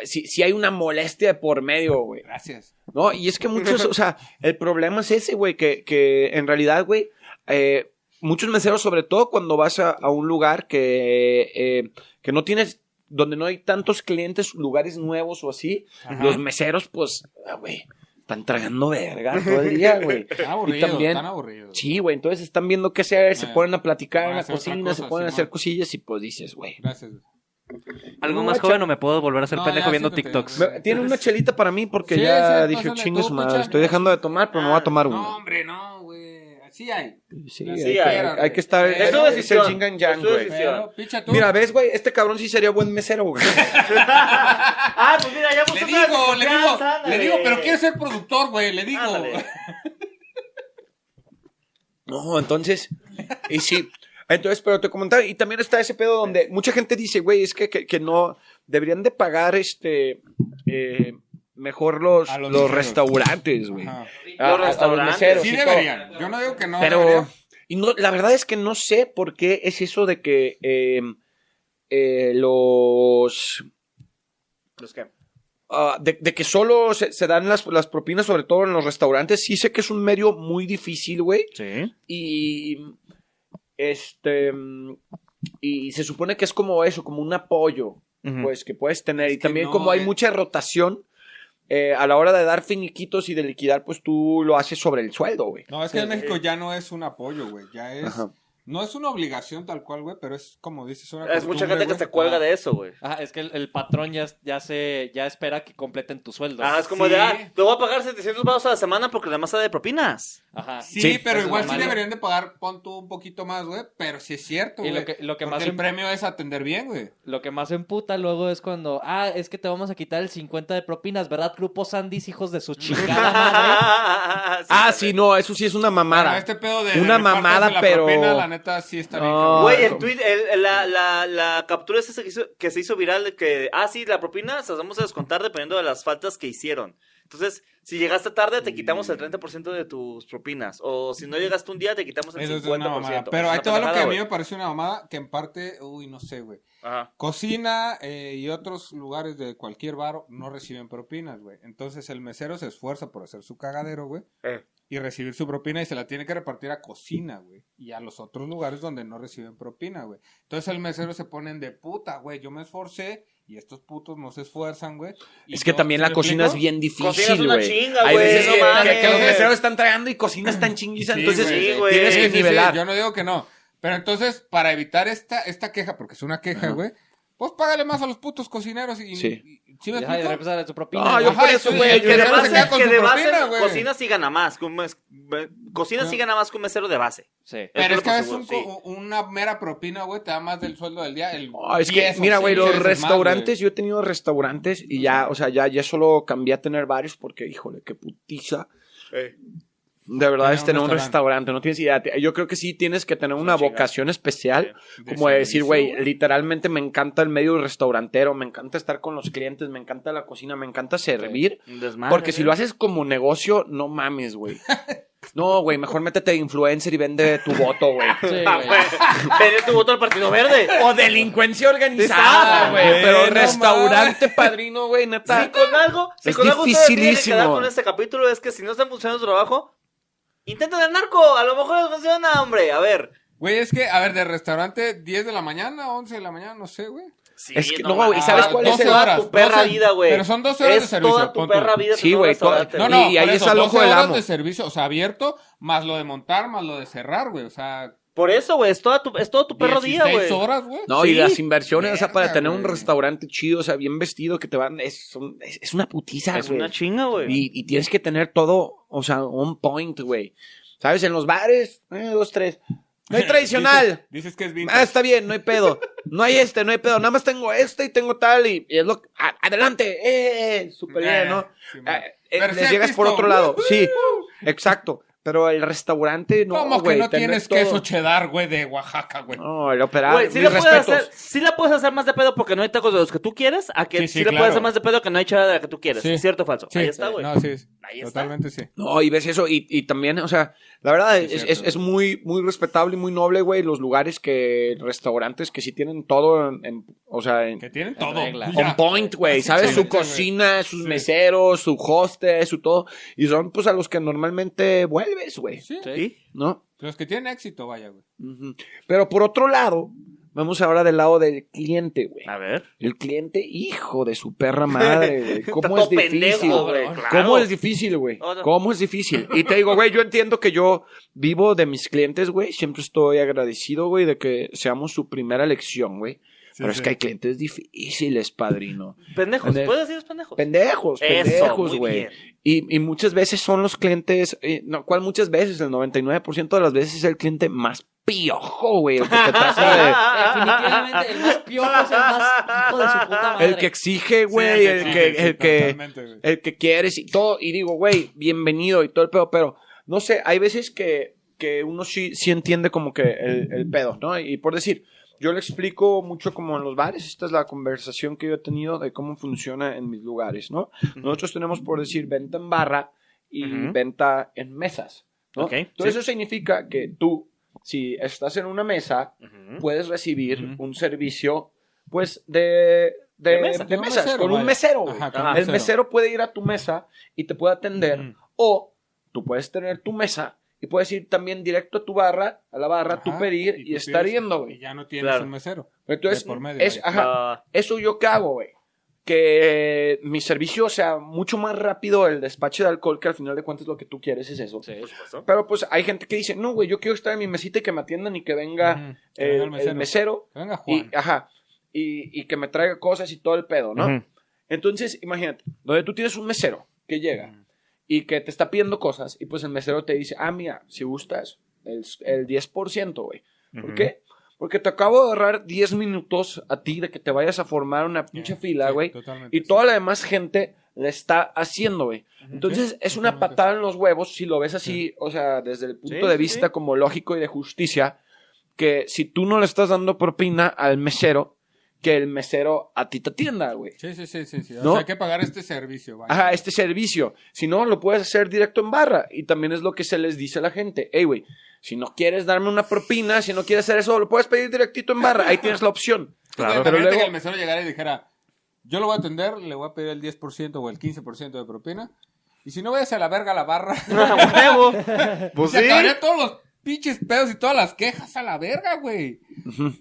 B: si, si hay una molestia de por medio, güey.
C: Gracias.
B: No, y es que muchos, o sea, el problema es ese, güey, que, que en realidad, güey, eh, muchos meseros, sobre todo cuando vas a, a un lugar que, eh, que no tienes, donde no hay tantos clientes, lugares nuevos o así,
C: Ajá.
B: los meseros, pues, ah, güey, están tragando verga todo el día, güey.
C: Están aburridos,
B: también-
C: están aburridos.
B: Sí, güey, entonces están viendo qué hacer, se
C: Ah,
B: ponen a platicar
C: van
B: en
C: a
B: la
C: hacer otra
B: cocina,
C: cosa,
B: se ponen a
C: Simón.
B: hacer cosillas y pues dices, güey.
C: Gracias. güey.
D: ¿Algo
B: No,
D: más
B: cha-
D: joven o me puedo volver a hacer
C: No,
D: pendejo
C: ya,
D: viendo
C: siéntate.
D: TikToks?
C: Me-
B: Tiene una chelita para mí porque
C: Sí,
B: ya
C: sí,
B: dije,
C: pásale
B: chingue
C: tú,
B: su madre,
C: pucha".
B: estoy dejando de tomar, pero me voy a tomar uno.
C: Ah, No, hombre, no, güey. Así hay.
B: Sí, hay,
C: Sí,
A: hay,
B: que- hay
C: güey.
B: que estar.
C: Es
B: es
C: su
B: el
A: decisión.
B: yin and
A: Es
B: yang,
A: su
B: güey.
A: decisión.
C: Pero, picha tú.
B: Mira, ves, güey, este cabrón sí sería buen mesero, güey.
A: Ah, pues mira, ya
C: le
A: puso otra
C: digo, le digo,
A: desconfianza,
C: le
A: ándale.
C: digo, pero quiero ser productor, güey, le digo.
A: Ándale.
B: No, entonces. Y sí. Entonces, pero te comentaba, y también está ese pedo donde mucha gente dice, güey, es que, que, que no. Deberían de pagar este. eh, mejor los,
C: A los
B: los,
C: meseros.
B: restaurantes, güey.
C: Ajá.
B: A- a- a
A: restaurantes.
B: meseros
C: Sí
B: y
C: deberían. Yo no digo que no.
B: Pero
C: deberían.
B: y no, la verdad es que no sé por qué es eso de que eh, eh, los...
A: ¿Los qué?
B: ah, de, de que solo se, se dan las, las propinas, sobre todo en los restaurantes. Sí sé que es un medio muy difícil, güey.
D: Sí.
B: Y... Este... mm, Y se supone que es como eso, como un apoyo, pues, que puedes tener.
C: Es
B: y
C: que
B: también
C: no,
B: como hay
C: eh.
B: mucha rotación, eh, a la hora de dar finiquitos y de liquidar, pues tú lo haces sobre el sueldo, güey.
C: No, es que en México ya no es un apoyo, güey. Ya es.
B: Ajá.
C: No es una obligación tal cual, güey, pero es como dices, una
A: Es mucha gente que se
C: cuelga
A: cuelga de eso, Pues güey.
D: Ajá, es que el, el patrón ya, ya se ya espera que completen tu sueldo.
A: Ah, es como
C: Sí.
A: de, ah, te voy a pagar 700 baros a la semana porque la masa de propinas.
D: Ajá.
C: Ah, Sí,
B: Sí,
C: pero
D: eso
C: igual sí
D: es normal.
C: deberían de pagar, pon tú un poquito más, güey, pero sí es cierto,
D: Y
C: güey.
D: lo que, lo que
C: Porque
D: más
C: el
D: em-
C: premio es atender bien, güey.
D: Lo que más emputa luego es cuando, ah, es que te vamos a quitar el 50 de propinas, ¿verdad, Grupo Sandys, hijos de su chingada madre?
B: Ah, sí, no, eso sí es una
C: Pero
B: mamada.
C: este pedo de
B: Una
C: de repartirse
B: mamada,
C: la
B: pero-
C: propina, la neta sí está bien.
B: No,
C: cabrón.
A: Güey, el
B: no.
A: tweet, el- el- la, la, la captura esa que, hizo- que se hizo viral de que, ah, sí, la propina se las vamos a descontar dependiendo de las faltas que hicieron. Entonces, si llegaste tarde, te quitamos
C: Mm.
A: el 30% de tus propinas. O si no llegaste un día, te quitamos el
C: Eso es
A: 50%.
C: una mamada.
A: Es
C: Pero
A: una
C: ahí te va lo que
A: pendejada,
C: a mí
A: güey.
C: me parece una mamada, que en parte, uy, no sé, güey.
A: Ajá.
C: Cocina eh, y otros lugares de cualquier bar no reciben propinas, güey. Entonces el mesero se esfuerza por hacer su cagadero, güey.
A: Eh.
C: Y recibir su propina y se la tiene que repartir a cocina, güey. Y a los otros lugares donde no reciben propina, güey. Entonces el mesero se ponen de puta, güey. Yo me esforcé y estos putos no se esfuerzan, güey. Y
B: Es que
C: yo-
B: también
C: ¿sí
B: la
C: me
B: cocina es
C: explico?
B: bien
A: Cocinas
B: difícil,
A: una
B: güey.
A: chinga,
B: Hay
A: güey.
B: veces
A: no
B: que,
A: mames.
B: que- que los meseros están tragando y cocinas tan chinguiza,
C: Sí,
B: entonces
C: güey.
A: Sí, güey.
B: tienes que
C: Sí, sí, sí,
B: nivelar.
C: yo no digo que no. Pero entonces, para evitar esta, esta queja, porque es una queja, güey, pues págale más a los putos cocineros y...
B: Sí.
C: y- ¿sí me
D: Ajá, y
C: explico?
D: regresar a tu propina.
B: No,
D: güey.
B: Ah, yo
C: Ajá,
B: por
C: y
B: eso,
C: tú-
B: güey,
C: el
A: Que de
C: mesero se
A: base,
C: queda con
A: que
C: su
A: de base,
C: propina, güey. Ah.
A: cocina sí gana más. que un mes- ve- Cocina sí
C: No.
A: gana más que un mesero de base.
D: Sí.
C: Pero
A: Eso
C: es
A: lo
C: que a veces
A: seguro,
C: un co- una mera propina, güey, te da más del sueldo del día. El
B: Ah, es que,
C: 10 o
B: mira, güey,
C: 15
B: los
C: veces más,
B: restaurantes,
C: güey.
B: yo he tenido restaurantes y ya, o sea, ya, ya solo cambié a tener varios porque, híjole, qué putiza.
A: Eh.
B: De verdad
C: Tener
B: es
C: un
B: tener un
C: restaurante.
B: restaurante, no tienes idea. Te- Yo creo que sí tienes que tener una
A: chingada.
B: vocación especial,
C: Sí.
B: como de
C: De
B: decir,
C: servicio,
B: güey, literalmente me encanta el medio restaurantero, me encanta estar con los clientes, me encanta la cocina, me encanta servir.
A: Un desmadre,
B: Porque si
A: güey.
B: lo haces como negocio, no mames, güey. No, güey, mejor métete de influencer y vende tu voto, güey.
D: Sí,
A: Ah,
D: güey.
A: güey. Tenés tu voto al Partido Verde.
B: O delincuencia organizada,
A: Exacto,
B: güey.
C: güey,
B: Pero
C: no
B: restaurante padrino, güey,
A: Si
B: neta.
A: con algo, si
B: Es
A: con algo ustedes tienen que
B: dificilísimo.
A: quedar con este capítulo es que si no están funcionando su trabajo, intenten el narco, a lo mejor les funciona, hombre. A ver.
C: Güey, es que, a ver, de restaurante 10 de la mañana, 11 de la mañana, no sé, güey. Ah,
A: Sí,
B: Es que- no, güey,
A: mames, Ah,
B: ¿sabes cuál es
A: toda
B: el-
A: tu perra
C: 12,
A: vida, güey.
C: pero son 12 horas de
A: Es
C: servicio,
A: toda tu
C: pon tú.
A: perra vida.
B: Sí,
A: en un
B: güey,
A: restaurante,
B: toda-
C: No,
A: güey.
C: no,
B: Y ahí
C: por
B: está el ojo
C: 12
B: del
C: horas
B: amo.
C: de servicio, o sea, abierto, más lo de montar, más lo de cerrar, güey. O sea,
A: Por eso, güey, es, toda tu, es todo tu perro día,
C: 16
A: güey.
C: horas, güey.
B: No, y
A: Sí.
B: las inversiones, o sea, para
C: Verga,
B: tener un
C: güey.
B: restaurante chido, o sea, bien vestido, que te van, es, un- es, es una putiza,
A: Ah, Es una
B: güey.
A: chinga, güey.
B: Y, y tienes que tener todo, o sea, on point, güey. ¿Sabes? En los bares, eh, dos, tres. No hay tradicional.
C: Dices, dices que es vintage.
B: Ah, está bien, no hay pedo. No hay este, no hay pedo. Nada más tengo este y tengo tal y, y es lo que- a- adelante, eh, eh, súper bien, ¿no?
C: Sí, man.
B: Ah, eh,
C: Pero
B: les
C: sí
B: llegas
C: has
B: por
C: visto,
B: otro lado, sí, exacto. Pero el restaurante no,
C: ¿Cómo
B: güey,
C: que no
B: tener
C: tienes
B: todo.
C: queso cheddar, güey, de Oaxaca, güey?
B: No, el operar,
A: Güey, sí,
B: mis
A: la puedes
B: respetos.
A: hacer- sí la puedes hacer más de pedo porque no hay tacos de los que tú quieres, a que sí,
C: Sí, sí,
A: la
C: claro.
A: puedes hacer más de pedo que no hay chava de la que tú quieres.
C: Sí.
A: ¿Cierto o falso?
C: Sí.
A: Ahí está, güey.
C: No, sí. es-
A: Ahí está.
C: Totalmente sí.
B: No, y ves eso, y, y también, o sea, la verdad
C: Sí,
B: es,
C: cierto.
B: es- es muy, muy respetable y muy noble, güey, los lugares que, restaurantes que sí tienen todo, en, en- o sea, en,
C: Que tienen
D: En
C: todo.
D: regla.
C: Ya.
B: on point, güey, ¿sabes?
C: Sí,
B: Su
C: sí,
B: cocina, sus
C: Sí.
B: meseros, su hostes, su todo, y son, pues, a los que normalmente vuelves, güey,
C: Sí.
D: Sí.
A: ¿Sí?
B: ¿no?
C: Los que tienen éxito, vaya, güey.
B: Ujú. Pero por otro lado, vamos ahora del lado del cliente, güey.
A: A ver.
B: El cliente, hijo de su perra madre, güey. ¿Cómo
A: Está todo
B: es difícil?
A: pendejo, güey,
B: ¿Cómo
A: claro.
B: es difícil, güey?
A: No, no.
B: ¿Cómo es difícil? Y te digo, güey, yo entiendo que yo vivo de mis clientes, güey. Siempre estoy agradecido, güey, de que seamos su primera elección, güey. Pero es que hay clientes difíciles, padrino.
A: Pendejos.
B: Pende-
A: ¿Puedes decir pendejos?
B: Pendejos,
A: Eso,
B: pendejos,
A: muy
B: güey.
A: bien.
B: Y, y muchas veces son los clientes, eh, no, ¿cuál muchas veces? El 99% de las veces es el cliente más piojo, güey. El que te trata de...
D: Definitivamente el más piojo es el más hijo de su puta madre.
B: El que exige, güey, el que, el que, el que quieres y todo. Y digo, güey, bienvenido y todo el pedo. Pero no sé, hay veces que, que uno sí, sí entiende como que el, el pedo, ¿no? Y por decir, yo le explico mucho como en los bares. Esta es la conversación que yo he tenido de cómo funciona en mis lugares, ¿no? Nosotros tenemos, por decir, venta en barra y
A: Ujú.
B: venta en mesas, ¿no?
A: Ok,
B: Entonces eso significa que tú, si estás en una mesa,
A: Ujú.
B: puedes recibir
C: Ujú.
B: un servicio, pues, de, de,
A: De mesa.
B: de
C: Un
B: mesas,
C: mesero,
B: con un
C: vaya.
B: mesero. güey.
C: Ajá, con
A: Ajá.
C: un
B: El mesero puede ir a tu mesa y te puede atender,
A: Mm.
C: Ujú.
B: o tú puedes tener tu mesa y puedes ir también directo a tu barra, a la barra, tú
C: Ajá,
B: pedir y,
C: tú
B: estar
C: pides
B: yendo,
C: Oh, Y
B: güey.
C: ya no tienes
A: Claro.
C: un mesero.
B: Entonces,
C: de por medio,
B: es,
C: vaya.
B: ajá,
A: Ah,
B: eso yo qué hago, güey. que mi servicio sea mucho más rápido el despache de alcohol, que al final de cuentas lo que tú quieres es eso.
D: Sí.
A: Por supuesto.
B: Pero pues hay gente que dice, no, güey, yo quiero estar en mi mesita y que me atiendan y que venga
C: Ujú. Que
B: el,
C: venga el
B: el mesero.
C: mesero. Que venga Juan.
B: y, ajá, y, y que me traiga cosas y todo el pedo, ¿no?
E: Ujú.
B: Entonces, imagínate, donde tú tienes un mesero que llega
C: Mm.
B: y que te está pidiendo cosas y pues el mesero te dice, ah, mira, si gustas, el, el 10%, güey. ¿Por
E: Ujú.
B: qué? Porque te acabo de ahorrar 10 minutos a ti de que te vayas a formar una pinche
C: Sí,
B: fila,
C: sí,
B: güey.
C: totalmente,
B: y
C: sí.
B: toda la demás gente la está haciendo, güey. Entonces,
C: Sí,
B: es una
C: totalmente.
B: patada en los huevos si lo ves así, o sea, desde el punto
A: Sí,
B: de
A: sí,
B: vista
A: sí.
B: como lógico y de justicia, que si tú no le estás dando propina al mesero, que el mesero a ti te atienda, güey.
C: Sí, sí, sí, sí. sí. O
B: ¿No?
C: sea, hay que pagar este servicio, vaya.
B: Ajá, este servicio. Si no, lo puedes hacer directo en barra. Y también es lo que se les dice a la gente. Ey, güey, si no quieres darme una propina, si no quieres hacer eso, lo puedes pedir directito en barra. Ahí tienes la opción.
E: Claro.
C: Pues,
B: Pero
C: Pero que
B: luego-
C: el mesero llegara y dijera, yo lo voy a atender, le voy a pedir el 10% o el 15% de propina. Y si no vayas a la verga a la barra,
A: ¡Huevo! Pues
C: se
A: sí.
C: acabarían todos los pinches pedos y todas las quejas a la verga, güey.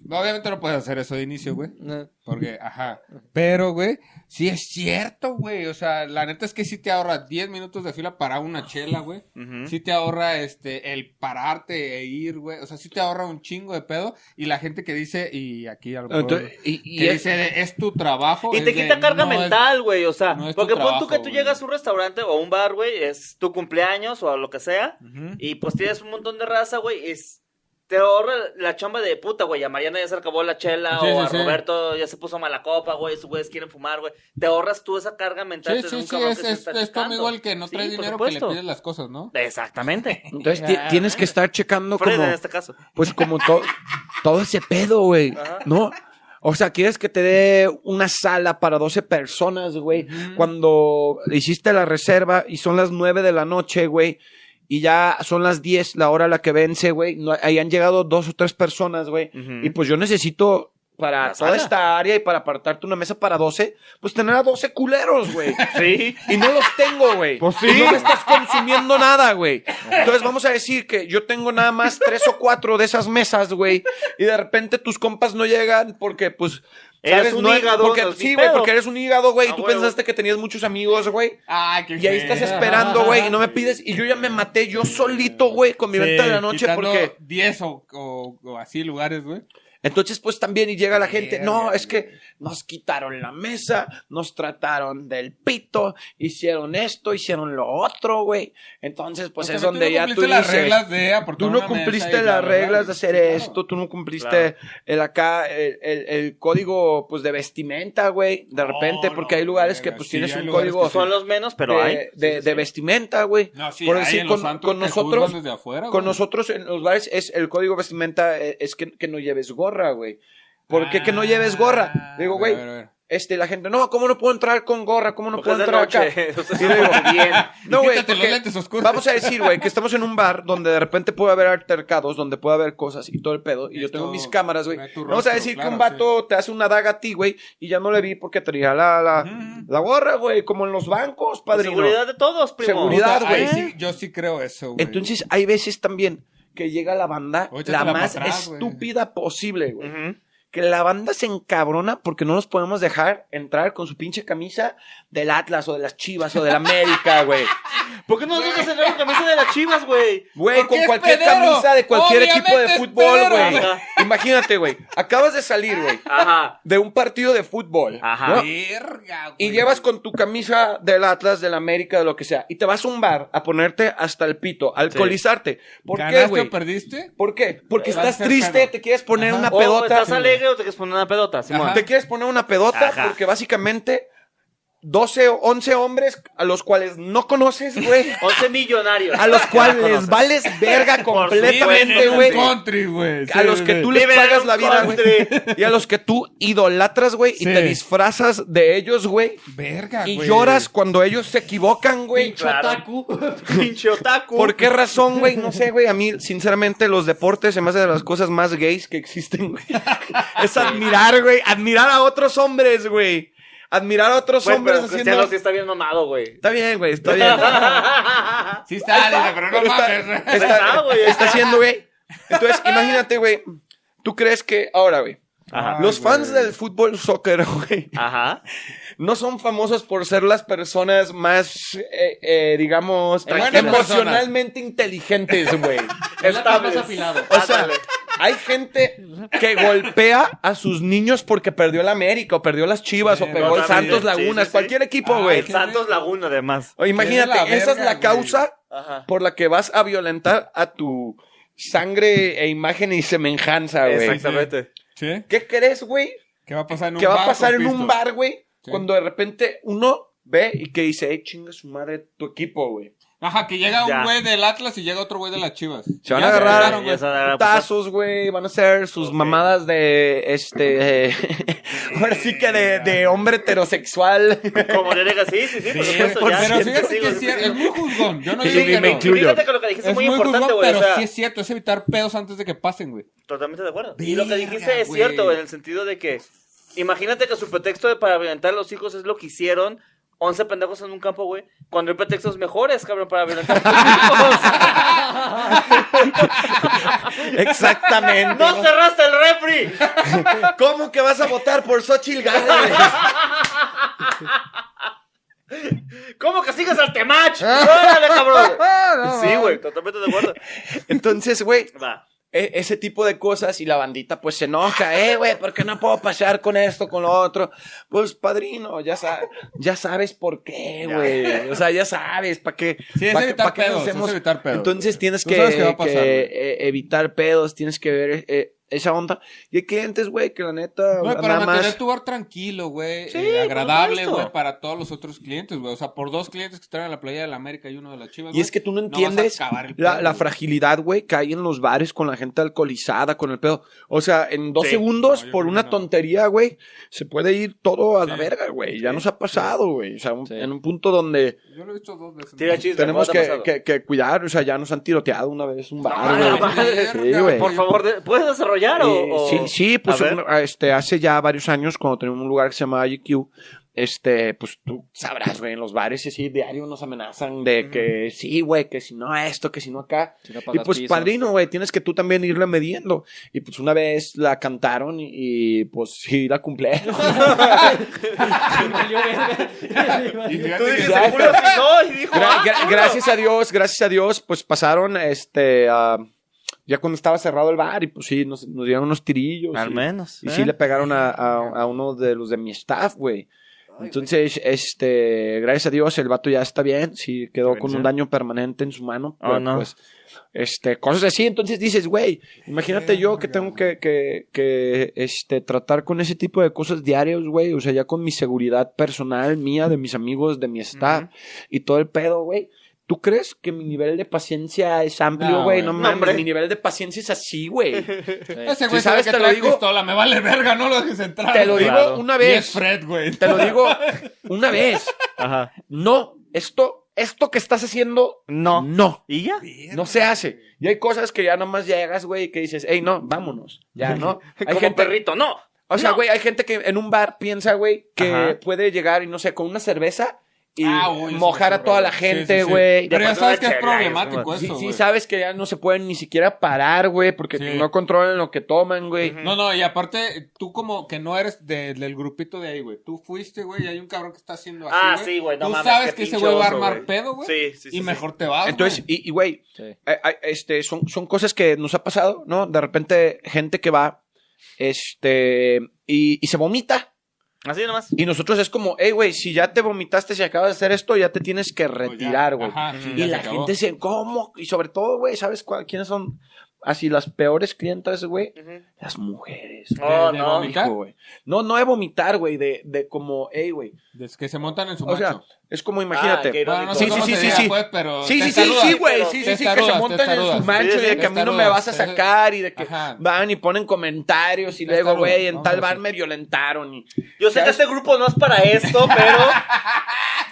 C: No, obviamente no puedes hacer eso de inicio, güey.
D: No.
C: Porque, ajá. Pero, güey, sí es cierto, güey. O sea, la neta es que sí te ahorra 10 minutos de fila para una chela, güey.
A: Ujú.
C: Sí te ahorra este el pararte e ir, güey. O sea, sí te ahorra un chingo de pedo. Y la gente que dice, y aquí algo.
B: Entonces, y, y
C: que
B: es-
C: dice, de, es tu trabajo.
A: Y
C: es
A: te
C: de,
A: quita carga
C: no es-
A: mental, güey, o sea,
C: no es tu
A: porque pon
C: trabajo,
A: tú que tú
C: güey.
A: llegas a un restaurante o a un bar, güey, es tu cumpleaños o a lo que sea,
C: Ujú.
A: y pues tienes un montón de raza, güey, es... Te ahorra la chamba de puta, güey. A Mariana ya se acabó la chela
C: Sí,
A: o
C: sí,
A: a
C: sí.
A: Roberto ya se puso mala copa, güey. Sus güeyes quieren fumar, güey. Te ahorras tú esa carga mental.
C: Sí,
A: de
C: sí,
A: un
C: sí.
A: cabrón
C: Es,
A: que se
C: es,
A: está
C: es tu amigo
A: checando.
C: el que no
A: Sí,
C: trae
A: por
C: dinero que le
A: supuesto.
C: pides las cosas, ¿no?
A: Exactamente.
B: entonces ti- tienes que estar checando
A: Fred
B: como...
A: en este caso.
B: Pues como todo, todo ese pedo, güey,
A: Ajá.
B: ¿no? O sea, quieres que te dé una sala para 12 personas, güey, cuando hiciste la reserva y son las 9 de la noche, güey, y ya son las 10, la hora a la que vence, güey, no, ahí han llegado dos o tres personas, güey,
A: Ujú.
B: y pues yo necesito para
A: La
B: toda
A: sala.
B: esta área y para apartarte una mesa para 12, pues tener a 12 culeros, güey.
A: Sí.
B: Y no los tengo, güey.
E: Pues sí.
B: Y no me estás consumiendo nada, güey. Entonces vamos a decir que yo tengo nada más tres o cuatro de esas mesas, güey. Y de repente tus compas no llegan porque, pues.
A: Eres un
B: No hay-
A: hígado,
B: Porque,
A: no,
B: sí,
A: ni
B: güey,
A: pedo.
B: porque eres un hígado, güey. Y
A: Ah,
B: tú
A: huevo.
B: pensaste que tenías muchos amigos, güey.
C: Ah, qué
B: Y ahí estás
C: feo.
B: esperando, güey. Y no me pides. Y yo ya me maté yo solito, güey, con mi venta de la noche
C: quitando
B: porque.
C: 10 o, o- o así lugares, güey.
B: Entonces, pues también y llega la gente, no,
C: Verga,
B: es que nos quitaron la mesa, nos trataron del pito, hicieron esto, hicieron lo otro, güey. Entonces, pues
C: O sea,
B: es
C: tú
B: donde
C: no
B: ya tú
C: cumpliste las
B: dices,
C: reglas de aportar
B: tú
C: una
B: no
C: mesa
B: cumpliste
C: y
B: las
C: bla, bla, bla.
B: reglas de hacer
C: Sí, claro.
B: esto, tú no cumpliste
A: Claro.
B: el acá, el, el- el código, pues, de vestimenta, güey, de repente,
C: no,
B: porque hay lugares que,
C: verga,
B: pues,
C: sí,
B: tienes
C: hay
B: un
C: lugares
B: código
C: que
A: Son los menos, pero
B: de,
A: hay.
B: de-
A: Sí, sí,
B: de
A: sí.
B: vestimenta, güey.
C: No, sí,
B: Por
C: hay
B: decir,
C: en los
B: con,
C: santos
B: con
C: que
B: nosotros,
C: juzgan desde afuera,
B: con
C: güey.
B: nosotros en los bares es el código de vestimenta eh, es que, que no lleves gorra, güey. ¿Por qué que no lleves gorra?
C: Ah,
B: Digo,
C: a
B: güey,
C: ver, a ver.
B: este, la gente, no, ¿cómo no puedo entrar con gorra? ¿Cómo no
A: Porque es
B: puedo
A: de
B: entrar acá?
A: noche. Entonces,
B: Y digo,
A: bien.
B: No, güey,
C: Quítate los
B: porque
C: lentes oscuros.
B: vamos a decir, güey, que estamos en un bar donde de repente puede haber altercados, donde puede haber cosas y todo el pedo, y yo
C: Esto
B: tengo mis cámaras, güey.
C: ve tu
B: Vamos a
C: rostro,
B: decir que un
C: claro,
B: vato te hace una daga a ti, güey, y ya no le vi porque tenía la,
C: Mm,
B: la, la gorra, güey, como en los bancos, padrino.
A: Seguridad de todos, primo.
B: Seguridad.
C: O sea, ahí
B: güey.
C: sí- yo sí creo eso, güey.
B: Entonces, hay veces también que llega la banda
C: Óchatela
B: la
C: pa'
B: más
C: atrás, güey.
B: estúpida posible, güey.
A: Ujú.
B: Que la banda se encabrona porque no los podemos dejar entrar con su pinche camisa del Atlas o de las Chivas o del América, güey.
A: ¿Por qué no nos dejas entrar con camisa de las chivas, güey?
B: Güey,
C: Porque
B: con
C: es
B: cualquier
C: pedero.
B: camisa de cualquier
C: Obviamente
B: equipo de
C: es
B: fútbol,
C: pedero,
B: güey.
A: güey.
B: Imagínate, güey. Acabas de salir, güey,
A: Ajá.
B: de un partido de fútbol.
A: Ajá.
B: ¿no?
C: Verga, güey.
B: Y llevas con tu camisa del Atlas, del América, de lo que sea. Y te vas a un bar a ponerte hasta el pito, a alcoholizarte. ¿Por qué,
C: ¿Ganaste o
B: güey?
C: perdiste?
B: ¿Por qué? Porque
C: Vas a
B: estás
C: ser
B: triste,
C: pedo.
B: te quieres poner
C: Ajá.
B: una
A: O Oh,
B: pedota. Ah.
A: estás alegre o te quieres poner una pedota, Simón.
C: Ajá.
B: Te quieres poner una pedota
A: Ajá.
B: porque básicamente 12, o 11 hombres a los cuales no conoces, güey.
A: 11 millonarios.
B: A los
A: Ya
B: cuales les
A: conoces.
B: vales verga completamente,
A: Sí, güey,
B: güey.
A: en un
C: Country, güey.
B: A
C: Sí,
B: los que
C: güey.
B: tú les
A: Viven en
B: pagas
A: un
B: la vida, güey.
A: country.
B: Y a los que tú idolatras, güey.
C: Sí.
B: Y te disfrazas de ellos, güey.
C: Verga,
B: Y
C: güey.
B: lloras cuando ellos se equivocan, güey.
D: Pincho
A: Ah, claro.
D: otaku.
A: Pinche otaku.
B: ¿Por qué razón, güey? No sé, güey. A mí, sinceramente, los deportes se me hacen de las cosas más gays que existen, güey. Es admirar, güey. Admirar a otros hombres, güey. Admirar a otros
A: Güey,
B: hombres
A: pero Cristiano
B: haciendo...
A: sí está bien mamado, güey.
B: Está bien, güey. Está bien.
C: Sí está, dice, pero no mames.
B: está,
A: Está, güey.
B: está haciendo, güey. Entonces, imagínate, güey. ¿Tú crees que ahora, güey?
A: Ajá.
C: Ay,
B: Los fans
C: güey.
B: del fútbol soccer, güey,
A: Ajá.
B: no son famosos por ser las personas más, eh, eh, digamos,
A: Buenas
B: emocionalmente inteligentes, güey.
D: Es la más
B: Estables.
D: afilado.
B: O
C: Ah,
B: sea, hay gente que golpea a sus niños porque perdió el América, o perdió las Chivas,
C: Sí,
B: o pegó el
A: totalmente.
B: Santos
A: Sí,
B: Lagunas,
A: sí, sí.
B: cualquier equipo,
C: Ah,
B: güey.
A: El Santos Laguna, además.
B: O Imagínate,
C: Es la
B: esa es
C: verga,
B: la causa
A: Ajá.
B: por la que vas a violentar a tu sangre e imagen y semejanza, güey.
A: Exactamente.
C: ¿Sí?
B: ¿Qué crees, güey?
C: ¿Qué va a pasar en un
B: Que va a
C: bar
B: pasar
C: con
B: en
C: pisto?
B: un bar, güey,
C: Sí.
B: cuando de repente uno ve y que dice, eh, chinga su madre tu equipo, güey.
C: Ajá, que llega
A: Ya.
C: un güey del Atlas y llega otro güey de las Chivas.
B: Se van
C: Ya
B: a agarrar.
C: agarraron, güey.
A: Ya pues, se van a agarrar a putazos.
B: Tazos, güey, van a ser sus
A: Ok.
B: mamadas de, este, ahora sí que de, de hombre heterosexual.
A: Como le diga, sí, sí, sí, por supuesto. ya.
C: Pero
A: Sí,
C: fíjate
A: sí, sí,
C: que es, cier-
A: sí.
C: es muy juzgón. Yo no
A: Sí,
C: digo que
A: me
C: no.
A: incluyo. Fíjate que lo que dijiste es muy importante,
C: juzgón,
A: güey. O
C: pero
A: sea,
C: sí es cierto, es evitar pedos antes de que pasen, güey.
A: Totalmente de acuerdo. y lo que
C: Verga,
A: dijiste es
C: güey.
A: cierto, güey, en el sentido de que imagínate que su pretexto de para violentar a los hijos es lo que hicieron 11 pendejos en un campo, güey, cuando hay pretextos mejores, cabrón, para violentar a tus hijos.
B: Exactamente.
A: ¡No cerraste el refri!
B: ¿Cómo que vas a votar por Xochitl Gálvez?
A: ¿Cómo que sigues al temach? ¡Órale, cabrón! Sí, güey, totalmente de acuerdo.
B: Entonces, güey,
A: Va.
B: e- ese tipo de cosas y la bandita pues se enoja, eh, güey, ¿por qué no puedo pasar con esto, con lo otro? Pues, padrino, ya, sa- ya sabes por qué,
A: Ya.
B: güey. O sea, ya sabes, ¿para qué?
C: Sí, es
B: pa' qué-
C: evitar
B: pa' qué
C: pedos, es evitar pedos.
B: Entonces tienes
C: Tú
B: que,
C: sabes qué va a
B: que,
C: pasar, güey.
B: eh, evitar pedos, tienes que ver eh, esa onda. Y hay clientes, güey, que la neta,
C: Güey, para
B: nada
C: mantener
B: más...
C: tu bar tranquilo, güey.
A: Sí,
C: eh,
A: por
C: agradable,
A: supuesto.
C: güey, para todos los otros clientes, güey. O sea, por dos clientes que están en la playa de la América y uno de las Chivas.
B: Y es que tú no
C: no vas a
B: entiendes
C: acabar el
B: la,
C: pedo,
B: la
C: güey.
B: fragilidad, güey, que hay en los bares con la gente alcoholizada, con el pedo. O sea, en dos
A: Sí.
B: segundos,
C: No, yo
B: por
C: creo que
B: una
C: no.
B: tontería, güey, se puede ir todo a la
C: Sí.
B: verga, güey. Ya
A: Sí.
B: nos ha pasado, güey. O sea, un-
D: Sí.
B: en un punto donde
C: Yo lo he visto dos veces.
A: Tira chisme.
B: tenemos
A: ¿cómo te ha
B: que,
A: pasado?
B: que- que cuidar. O sea, ya nos han tiroteado una vez un
A: Ah,
B: bar,
A: la
B: güey.
A: madre.
B: Sí, güey.
A: Por favor, de- ¿puedes desarrollar o,
B: Eh,
A: o-
B: Sí, sí, pues
A: A ver.
B: un- este, hace ya varios años, cuando teníamos un lugar que se llamaba IQ, este, pues tú sabrás, güey, en los bares y así, diario nos amenazan de que sí, güey, que si no esto, que si no acá.
D: Si no
B: Y
D: pagas
B: pues,
D: piso.
B: padrino, güey, tienes que tú también irla midiendo. Y pues una vez la cantaron y, y, pues sí la cumplieron.
D: Sí, valió verga.
C: Y fíjate
A: Tú
C: que-
A: dijiste culo si no, y dijo.
B: Gra-
A: ah,
B: gra-
A: culo.
B: gracias a Dios, gracias a Dios, pues pasaron, este, ah, ya cuando estaba cerrado el bar y pues sí, nos, nos dieron unos tirillos.
A: Al
B: y-
A: menos.
B: Y
A: ¿eh?
B: sí le pegaron a, a- a uno de los de mi staff, güey. Entonces, este, gracias a Dios, el vato ya está bien. Sí, quedó con un
A: bendición.
B: daño permanente en su mano.
A: Oh,
B: pero,
A: no.
B: pues, este, cosas así. Entonces dices, güey, imagínate yo que tengo que, que, que, este, tratar con ese tipo de cosas diarios, güey. O sea, ya con mi seguridad personal, mía, de mis amigos, de mi staff y todo el pedo, güey. ¿Tú crees que mi nivel de paciencia es amplio,
C: No,
B: güey?
C: güey.
B: No,
A: No,
B: mames,
A: hombre.
B: mi nivel de paciencia es así, güey.
C: Ese güey
B: Si
C: sabe
B: sabes,
C: que
B: te lo
C: trae
B: digo.
C: pistola. Me vale verga, no lo dejes entrar.
B: Te lo
C: güey.
B: digo
A: Claro.
B: una
C: Y
B: vez.
C: es Fred, güey.
B: Te lo digo una vez.
A: Ajá.
B: No, esto, esto que estás haciendo,
A: No.
B: no,
A: ¿Y ya?
B: no se hace. Y hay cosas que ya nomás llegas, güey, que dices, hey, no, vámonos. Ya, ¿no? Hay
A: Como
B: gente,
A: perrito, no.
B: O sea,
A: No.
B: güey, hay gente que en un bar piensa, güey, que
A: Ajá.
B: puede llegar y no sé, con una cerveza y
C: Ah, uy,
B: mojar
C: sí,
B: a toda la
C: sí,
B: gente,
C: sí, sí.
B: güey.
C: Pero ya
A: Aparte
C: sabes
A: de
C: que es
A: chelas,
C: problemático
A: güey.
B: Sí,
C: eso,
B: sí,
C: güey.
B: sabes que ya no se pueden ni siquiera parar, güey, porque
C: Sí.
B: no controlan lo que toman, güey.
C: No, no, y aparte, tú como que no eres de- del grupito de ahí, güey. Tú fuiste, güey, y hay un cabrón que está haciendo así.
A: Ah, sí, güey, no
C: Tú
A: mames,
C: sabes
A: qué
C: que ese
A: pinche
C: güey va a
A: oso,
C: armar
A: güey.
C: pedo, güey.
A: Sí, sí, sí, sí.
C: Y mejor te vas.
B: Entonces,
C: güey.
B: y, y, güey,
D: Sí.
B: Eh, eh, este, son, son cosas que nos ha pasado, ¿no? De repente, gente que va, este, y, y se vomita.
A: Así nomás.
B: Y nosotros es como, hey, güey, si ya te vomitaste, si acabas de hacer esto, ya te tienes que
C: Pues ya,
B: retirar, güey.
C: ajá, sí, ya
B: Y
C: se
B: la
C: acabó.
B: gente se, ¿cómo? Y sobre todo, güey, ¿sabes cuál- quiénes son así las peores clientas, güey? Las mujeres.
A: No,
C: De- de
A: no.
C: vomitar.
B: Hijo, güey. No, no de vomitar, güey, de, de como, hey, güey.
C: Des- que se montan en su
B: O sea,
C: macho.
B: es como,
A: Ah, qué
B: imagínate.
C: Bueno, no
A: irónico.
C: sé
B: sí,
C: cómo
B: sí,
C: se
B: sí,
C: diga,
B: sí.
C: pues, pero
B: Sí,
C: te
B: sí, sí, sí,
C: saludan.
B: güey.
A: pero
B: Sí,
C: te
B: sí, sí, que se
C: saludas,
B: montan
C: te
B: en su
C: saludas.
B: mancho
A: Sí,
B: y de
A: sí,
B: que a
C: te
B: mí no me
C: saludas.
B: vas a sacar y de que
C: Ajá.
B: van y ponen comentarios y
C: Te
B: luego,
C: saludas,
B: güey, en
C: vamos
B: tal
C: a
B: bar
C: decir.
B: me violentaron y...
A: Yo sé que este grupo no es para esto, pero.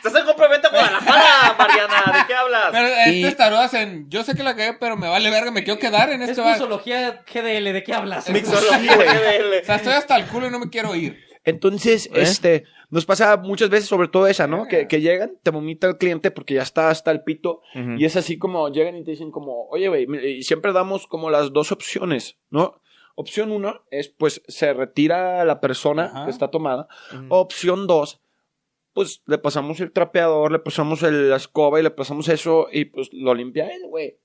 A: Estás en complemento con Guadalajara, Mariana. ¿De qué hablas?
C: Pero este
B: Y-
C: es tarudas en. Yo sé que la cagué, pero me vale verga, me quiero quedar en
D: Es
C: este bar. O
D: musología GDL, ¿de qué hablas?
A: Mixología
B: güey.
A: GDL.
C: sea, estoy hasta el culo y no me quiero ir.
B: Entonces, este, nos pasa muchas veces, sobre todo esa, ¿no? Que, que llegan, te vomita el cliente porque ya está hasta el pito y es así como llegan y te dicen como, oye, güey, mi- y siempre damos como las dos opciones, ¿no? Opción uno es, pues, se retira la persona
C: Ajá.
B: que está tomada.
A: Ujú.
B: Opción dos, pues, le pasamos el trapeador, le pasamos el- la escoba y le pasamos eso y, pues, lo limpia él, güey.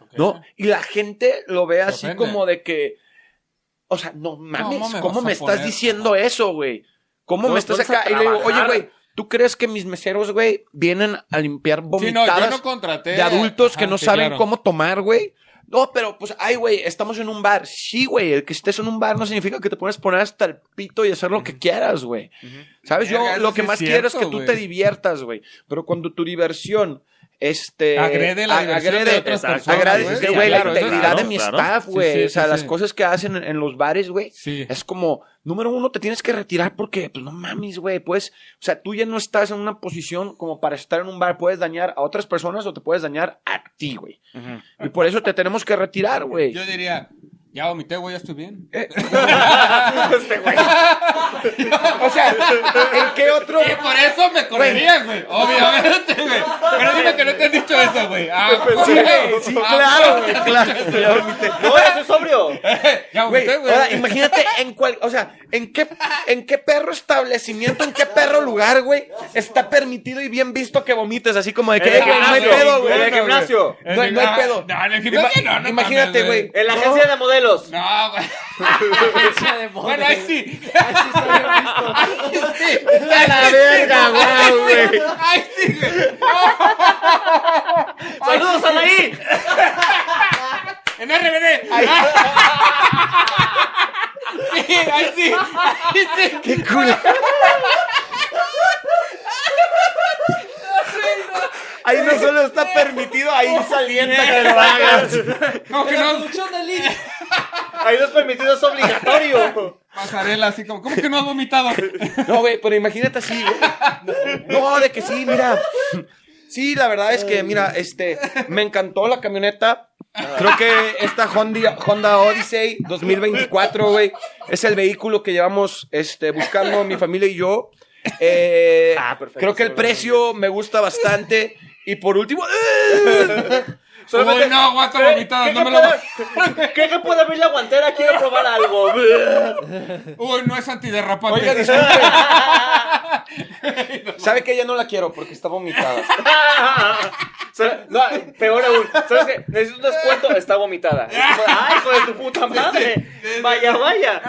C: Ok.
B: ¿No? Y la gente lo ve
C: Se
B: así
C: ofende.
B: como de que, o sea, no mames,
C: mames,
B: ¿cómo
C: vas a
B: me estás
C: poner-
B: diciendo eso, güey? ¿Cómo
A: No,
B: me estás
A: pones a
B: acá? Y le digo, oye,
A: trabajar.
B: güey, ¿tú crees que mis meseros, güey, vienen a limpiar
C: Sí, no, yo
B: vomitadas?
C: no contraté.
B: de adultos que
C: Ajá,
B: no
C: sí,
B: saben
C: claro.
B: cómo tomar, güey. No, pero pues, ay, güey, estamos en un bar. Sí, güey, el que estés en un bar no significa que te pones poner hasta el pito y hacer lo que quieras, güey. ¿Sabes? Yo
C: Verga, eso
B: lo
C: sí
B: que
C: es
B: más
C: cierto,
B: quiero es que tú
C: güey.
B: te diviertas, güey. Pero cuando tu diversión, este...
C: Agrede la
B: a-
C: diversión de
B: agrede,
C: otras
A: exacto.
C: personas,
B: agrade-
A: Agradece,
C: Sí,
B: güey,
C: claro,
B: la
C: eso
B: integridad
C: claro.
B: de mi
A: claro.
B: staff, güey.
C: Sí, sí,
B: o sea,
C: sí,
B: las
C: sí.
B: cosas que hacen en, en los bares, güey.
C: Sí.
B: Es como, número uno, te tienes que retirar porque, pues no mames, güey, pues, o sea, tú ya no estás en una posición como para estar en un bar, puedes dañar a otras personas o te puedes dañar a ti, güey. Y por eso te tenemos que retirar, güey.
C: Yo diría, ya vomité, güey, ya estoy bien.
B: Eh.
A: Este güey.
B: O sea, ¿en qué otro?
C: Y por eso me correrías, güey. Obviamente, güey. Pero dime que no te han dicho eso, güey. Ah,
B: Sí, güey, sí, claro, güey, claro.
A: No, eso es sobrio.
C: Ya
B: Güey,
C: vomité, güey.
B: ahora, imagínate en cuál, o sea, en qué, en qué perro establecimiento, en qué perro lugar, güey, está permitido y bien visto que vomites, así como de
A: En
B: que, "Eh,
A: el
B: güey, no hay
A: gimnasio,
B: pedo, güey.
A: en el gimnasio.
B: No, no hay
C: Ah,
B: pedo.
C: No, en el gimnasio
B: Ima-
C: no, no
B: imagínate,
C: mames,
B: güey.
A: En la agencia de modelos.
C: No, güey. Bueno, ahí sí.
B: A la verga, guau, güey.
C: Ahí sí, güey.
A: ¡Saludos, Anaí!
C: En RBD. Sí, ahí sí. Ahí sí.
B: ¡Qué culo! Ahí no solo está permitido, ahí salienta que lo hagas.
C: Como que no.
A: Ahí los permitidos es obligatorio.
C: Pasarela así como, ¿cómo que no has vomitado?
B: No, güey, pero imagínate así, güey. No, de que sí, mira. Sí, la verdad es que, mira, este, me encantó la camioneta. Creo que esta Honda, Honda Odyssey 2024, güey, es el vehículo que llevamos este, buscando mi familia y yo. Eh,
A: Ah, perfecto.
B: creo que el precio me gusta bastante. Y por último... ¡eh!
C: Uy, no, guaca vomitada, no me lo voy.
A: Creo que puedo abrir la guantera, quiero probar algo.
C: Uy, no es antiderrapante.
B: Oiga, disculpe. ¿Sabe que ya no la quiero porque está vomitada?
A: Solo- No, peor aún. ¿Sabes qué? Necesito un descuento. Está vomitada. Es como, ¡Ay, hijo de tu puta madre! Vaya, vaya.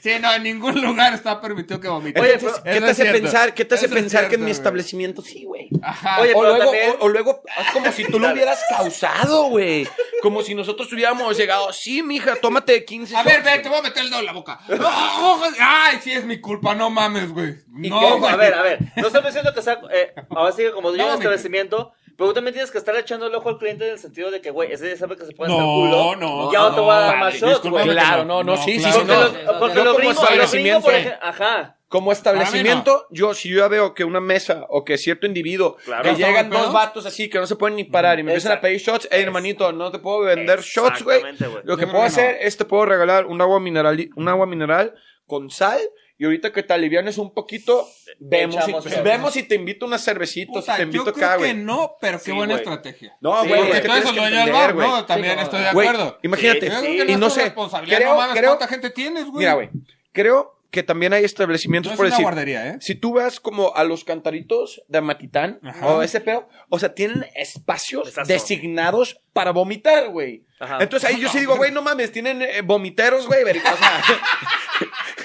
C: Sí, no, en ningún lugar está permitido que vomite.
A: Oye,
B: Entonces,
A: pero-
B: ¿qué te
C: Eso es
B: hace
C: cierto.
B: pensar, qué te hace
C: Eso es
B: pensar que en mi
C: cierto, güey.
B: establecimiento sí, güey?
C: Ajá.
A: Oye,
B: O
A: pero
B: luego,
A: también-
B: o, o luego haz como si tú lo hubieras causado, güey. Como si nosotros hubiéramos llegado, sí, mija, tómate 15
C: a ver,
B: shots".
C: ve, te voy a meter el dedo en la boca. ¡Ah! Ay, sí es mi culpa, no mames, güey. No,
A: Ojo,
C: güey.
A: a ver, a ver. No estoy diciendo que sea. eh, ahora sí que como dueño
C: No,
A: de un
C: mi-
A: establecimiento. Pero tú también tienes que estar echando el ojo al cliente en el sentido de que, güey, ese ya sabe que se puede hacer
C: No,
A: culo.
C: no,
A: Ya no te voy a dar
C: no,
A: más
C: vale,
A: shots,
C: discúlpame
A: güey.
C: que
B: Claro, no,
C: no.
B: no,
C: No,
B: sí, sí,
C: claro.
B: sí,
A: Porque,
B: no.
D: no,
A: los, porque
B: no
A: los gringos, los
B: como
A: gringos,
B: establecimiento.
A: por ejemplo, ajá.
B: Como
C: A
B: establecimiento, yo, si yo veo que una mesa o que cierto individuo,
A: Claro.
B: que
A: ¿Está
B: llegan
C: mal pedo?
B: dos vatos así que no se pueden ni parar y me empiezan a
A: Exacto.
B: pedir shots, hey, hermanito, no te puedo vender shots, güey.
A: Exactamente, güey.
B: Lo que
C: Yo creo
B: puedo
C: que
B: hacer
C: no.
B: es te puedo regalar un agua mineral, un agua mineral con sal y ahorita que te alivianes un poquito, vemos,
A: echamos
B: si,
A: shots.
B: vemos si te invito unas cervecitas,
C: Puta,
B: si te invito
C: yo creo
B: acá,
C: que
B: güey.
C: no, pero qué
A: Sí,
C: buena
A: güey.
C: estrategia.
B: No,
A: Sí,
B: güey,
A: güey.
B: es
C: Porque
B: que
C: tú
B: tienes
C: eres el
B: que
C: dueño del
B: entender,
C: bar,
B: güey.
C: ¿no? También
D: Sí,
C: estoy de
D: como-
B: Güey,
C: acuerdo.
B: imagínate,
A: Sí,
C: Yo
A: sí.
C: creo que
B: y
C: es
B: no
C: tu
B: sé,
C: responsabilidad,
B: creo-
C: no mames,
B: creo-
C: cuánta gente tienes, güey.
B: mira, güey, creo que también hay establecimientos
C: No es
B: por
C: una
B: decir,
C: guardería, ¿eh?
B: si tú vas como a los cantaritos de Matitán
C: Ajá.
B: o ese pedo, o sea, tienen espacios
A: Exacto. Ah.
B: designados para vomitar, güey.
A: Ajá.
B: Entonces ahí yo
C: Ah.
B: sí digo, güey, no mames, tienen eh, vomiteros, güey. ver- O sea,
C: No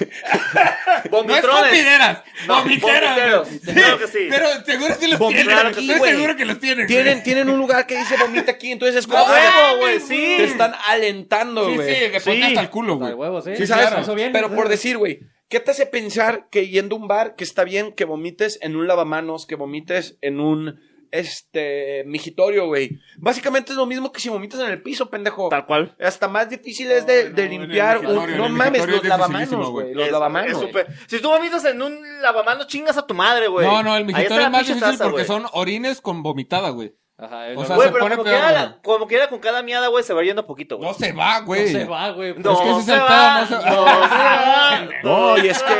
C: es
A: Vomitrones.
C: compideras,
A: No,
C: vomiteras.
A: vomiteros,
C: güey.
A: claro que sí.
C: Pero seguro sí los
B: Vom-
C: tienen.
B: claro que sí,
C: Estoy
B: güey.
C: seguro que los tienen.
B: tienen,
C: güey.
B: tienen un lugar que dice vomita aquí, entonces es como, "Ah,
C: No,
B: güey,
A: huevo, güey,
C: mames,
A: sí.
B: te están alentando,
C: Sí,
B: güey.
C: sí, de
A: Sí.
C: ponte hasta el culo, güey.
D: Al huevo, sí.
B: Sí, ¿sabes?
D: Claro. Eso bien.
B: Pero por decir, güey, ¿qué te hace pensar que yendo a un bar que está bien que vomites en un lavamanos, que vomites en un este migitorio, güey? Básicamente es lo mismo que si vomitas en el piso, pendejo.
A: Tal cual.
B: Hasta más difícil es de,
C: No,
B: de
C: no, en el
B: limpiar. un-
C: migitorio, en
B: no
C: el
B: mames,
C: migitorio
B: los
C: es dificilísimo,
B: lavamanos,
C: güey.
B: güey. Los
A: Es- es
B: lavamanos.
A: súper- Si tú vomitas en un lavamanos, chingas a tu madre, güey.
C: No, no, el
A: Ahí está
C: migitorio
A: la
C: es más
A: pinche
C: difícil
A: taza, güey.
C: porque son orines con vomitada, güey.
D: Ajá,
C: O
D: no-
C: sea,
A: Güey,
C: se
A: pero
C: pone
A: como
C: peor,
A: quiera, la-
C: güey.
A: como quiera con cada miada, güey, se va yendo poquito, güey.
C: No se va,
D: no
C: güey.
D: se va, güey.
A: No,
C: Es que ese es
A: se
C: el pedo,
A: va,
C: no se va.
A: no se va.
B: No, y es que,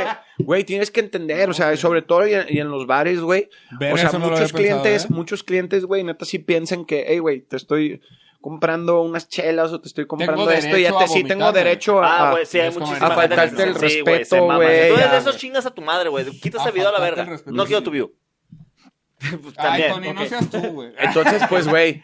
B: güey, tienes que entender, o sea, sobre todo y en, y en los bares, güey.
C: Ver,
B: O sea,
C: eso no lo
B: muchos
C: había pensado,
B: clientes,
C: ¿eh?
B: muchos clientes, güey, neta sí piensan que, hey, güey, te estoy comprando unas chelas o te estoy comprando esto y
C: derecho
B: ya te
C: a
B: sí
C: vomitar,
B: tengo
C: güey.
B: derecho a...
A: Ah, güey, sí, hay
C: es como
A: muchísima
B: a
A: gente que
B: faltarte
A: dice,
B: el
A: "Sí, güey,
B: respeto,
A: se maman".
B: güey,
A: Entonces,
B: ya,
A: de esos
C: güey.
A: chingas a tu madre, güey. Quita
C: A
A: ese video a la
C: faltarte
A: verga.
C: el respeto,
A: No quiero
C: sí.
A: tu view. Pues,
C: Ay,
A: también,
C: Tony, no
A: ok.
C: seas tú, güey.
B: Entonces, pues, güey,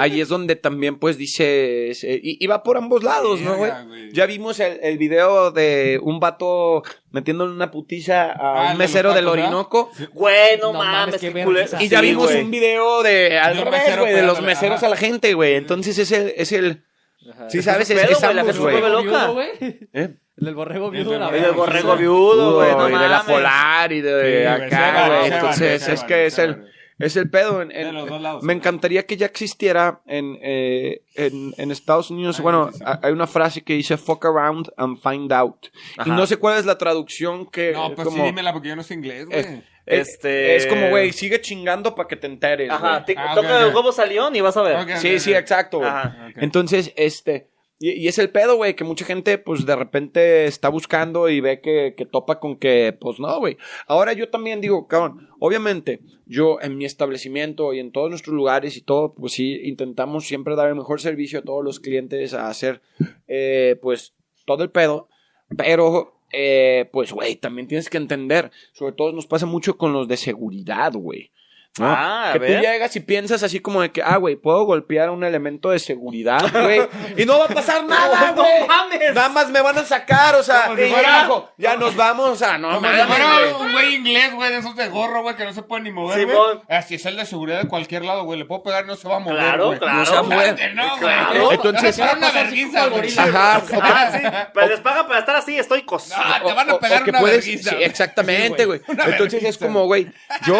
B: ahí es donde también, pues, dices... eh, y, y va por ambos lados, ¿no, güey?
C: Verga, güey.
B: Ya vimos el, el video de un vato metiéndole una putiza a
C: Ah,
B: un
C: el de los
B: mesero del
C: tacos, ¿verdad?
B: Orinoco.
A: Güey, no,
D: No
A: mames,
D: mames,
A: qué
D: qué
A: culero.
D: vergüenza.
B: Y ya
A: Sí,
B: vimos
A: güey.
B: un video de al
C: De un
B: revés,
C: mesero
B: güey, de los
C: pegándole,
B: meseros
C: ajá.
B: a la gente, güey. Entonces es el, es el,
D: Ajá.
B: sí sabes,
A: un
B: es,
A: pedo,
B: es
A: güey, la gente
B: ambos,
A: se
B: güey.
A: vuelve
D: borrego
A: loca.
D: viudo, güey?
B: ¿Eh?
D: El del borrego
C: El
D: viudo.
C: del
D: la
A: El
D: verga.
A: del borrego viudo, güey, no
B: y de la
A: mames.
B: polar y de
C: Sí, güey, se
B: acá,
C: vale,
B: güey.
C: se
B: Entonces
C: vale,
B: es
C: se
B: que
C: vale,
B: es
C: se
B: el,
C: vale.
B: es el pedo. En, en-
C: De los dos lados.
B: me encantaría que ya existiera en, eh, en, en Estados Unidos.
C: Ay,
B: bueno,
C: sí, sí.
B: a- hay una frase que dice fuck around and find out. Y
A: Ajá.
B: no sé cuál es la traducción que.
C: No, pues
B: como-
C: sí, dímela porque yo no sé inglés, güey.
B: Eh,
A: Este-
B: Es como, güey, sigue chingando para que te enteres.
A: Ajá,
B: güey.
A: te-
C: Ah, ok,
A: toca
C: ok.
A: los huevos al león y vas a ver.
C: Ok, ok,
B: Sí, sí,
C: ok.
B: exacto. güey.
A: Ajá.
C: Ok.
B: Entonces, este. Y, y es el pedo, güey, que mucha gente, pues, de repente está buscando y ve que, que topa con que, pues, no, güey. Ahora yo también digo, cabrón, obviamente, yo en mi establecimiento y en todos nuestros lugares y todo, pues sí, intentamos siempre dar el mejor servicio a todos los clientes, a hacer, eh, pues, todo el pedo. Pero, eh, pues, güey, también tienes que entender, sobre todo nos pasa mucho con los de seguridad, güey. ¿no?
A: Ah, a
B: que
A: ver.
B: tú llegas y piensas así como de que, ah, güey, puedo golpear a un elemento de seguridad, güey. y no va a pasar nada,
A: No
B: güey.
A: mames.
B: Nada más me van a sacar, o sea,
C: Como si
B: y
C: fuera-
B: dijo, ya nos vamos, o sea, no
C: Como si
B: mames, güey.
C: fuera un güey inglés, güey, de esos de gorro, güey, que no se puede ni mover, güey.
A: Simón.
C: Así es el de seguridad de cualquier lado, güey. Le puedo pegar y no se va a mover,
A: Claro,
C: güey.
A: claro.
C: No se va a mover.
A: Claro.
C: No,
A: Claro.
C: güey.
B: Entonces-
C: Era una vergüenza, güey.
B: Ajá, o que-
A: Ah, sí. Pues les paga para estar así estoicos.
C: Ah, te
B: o-
C: van
B: o-
C: a
B: o
C: pegar
B: que
C: una
B: puedes-
C: vergüenza.
B: sí,
C: güey.
B: exactamente,
C: Sí,
B: güey. Entonces es como, güey, yo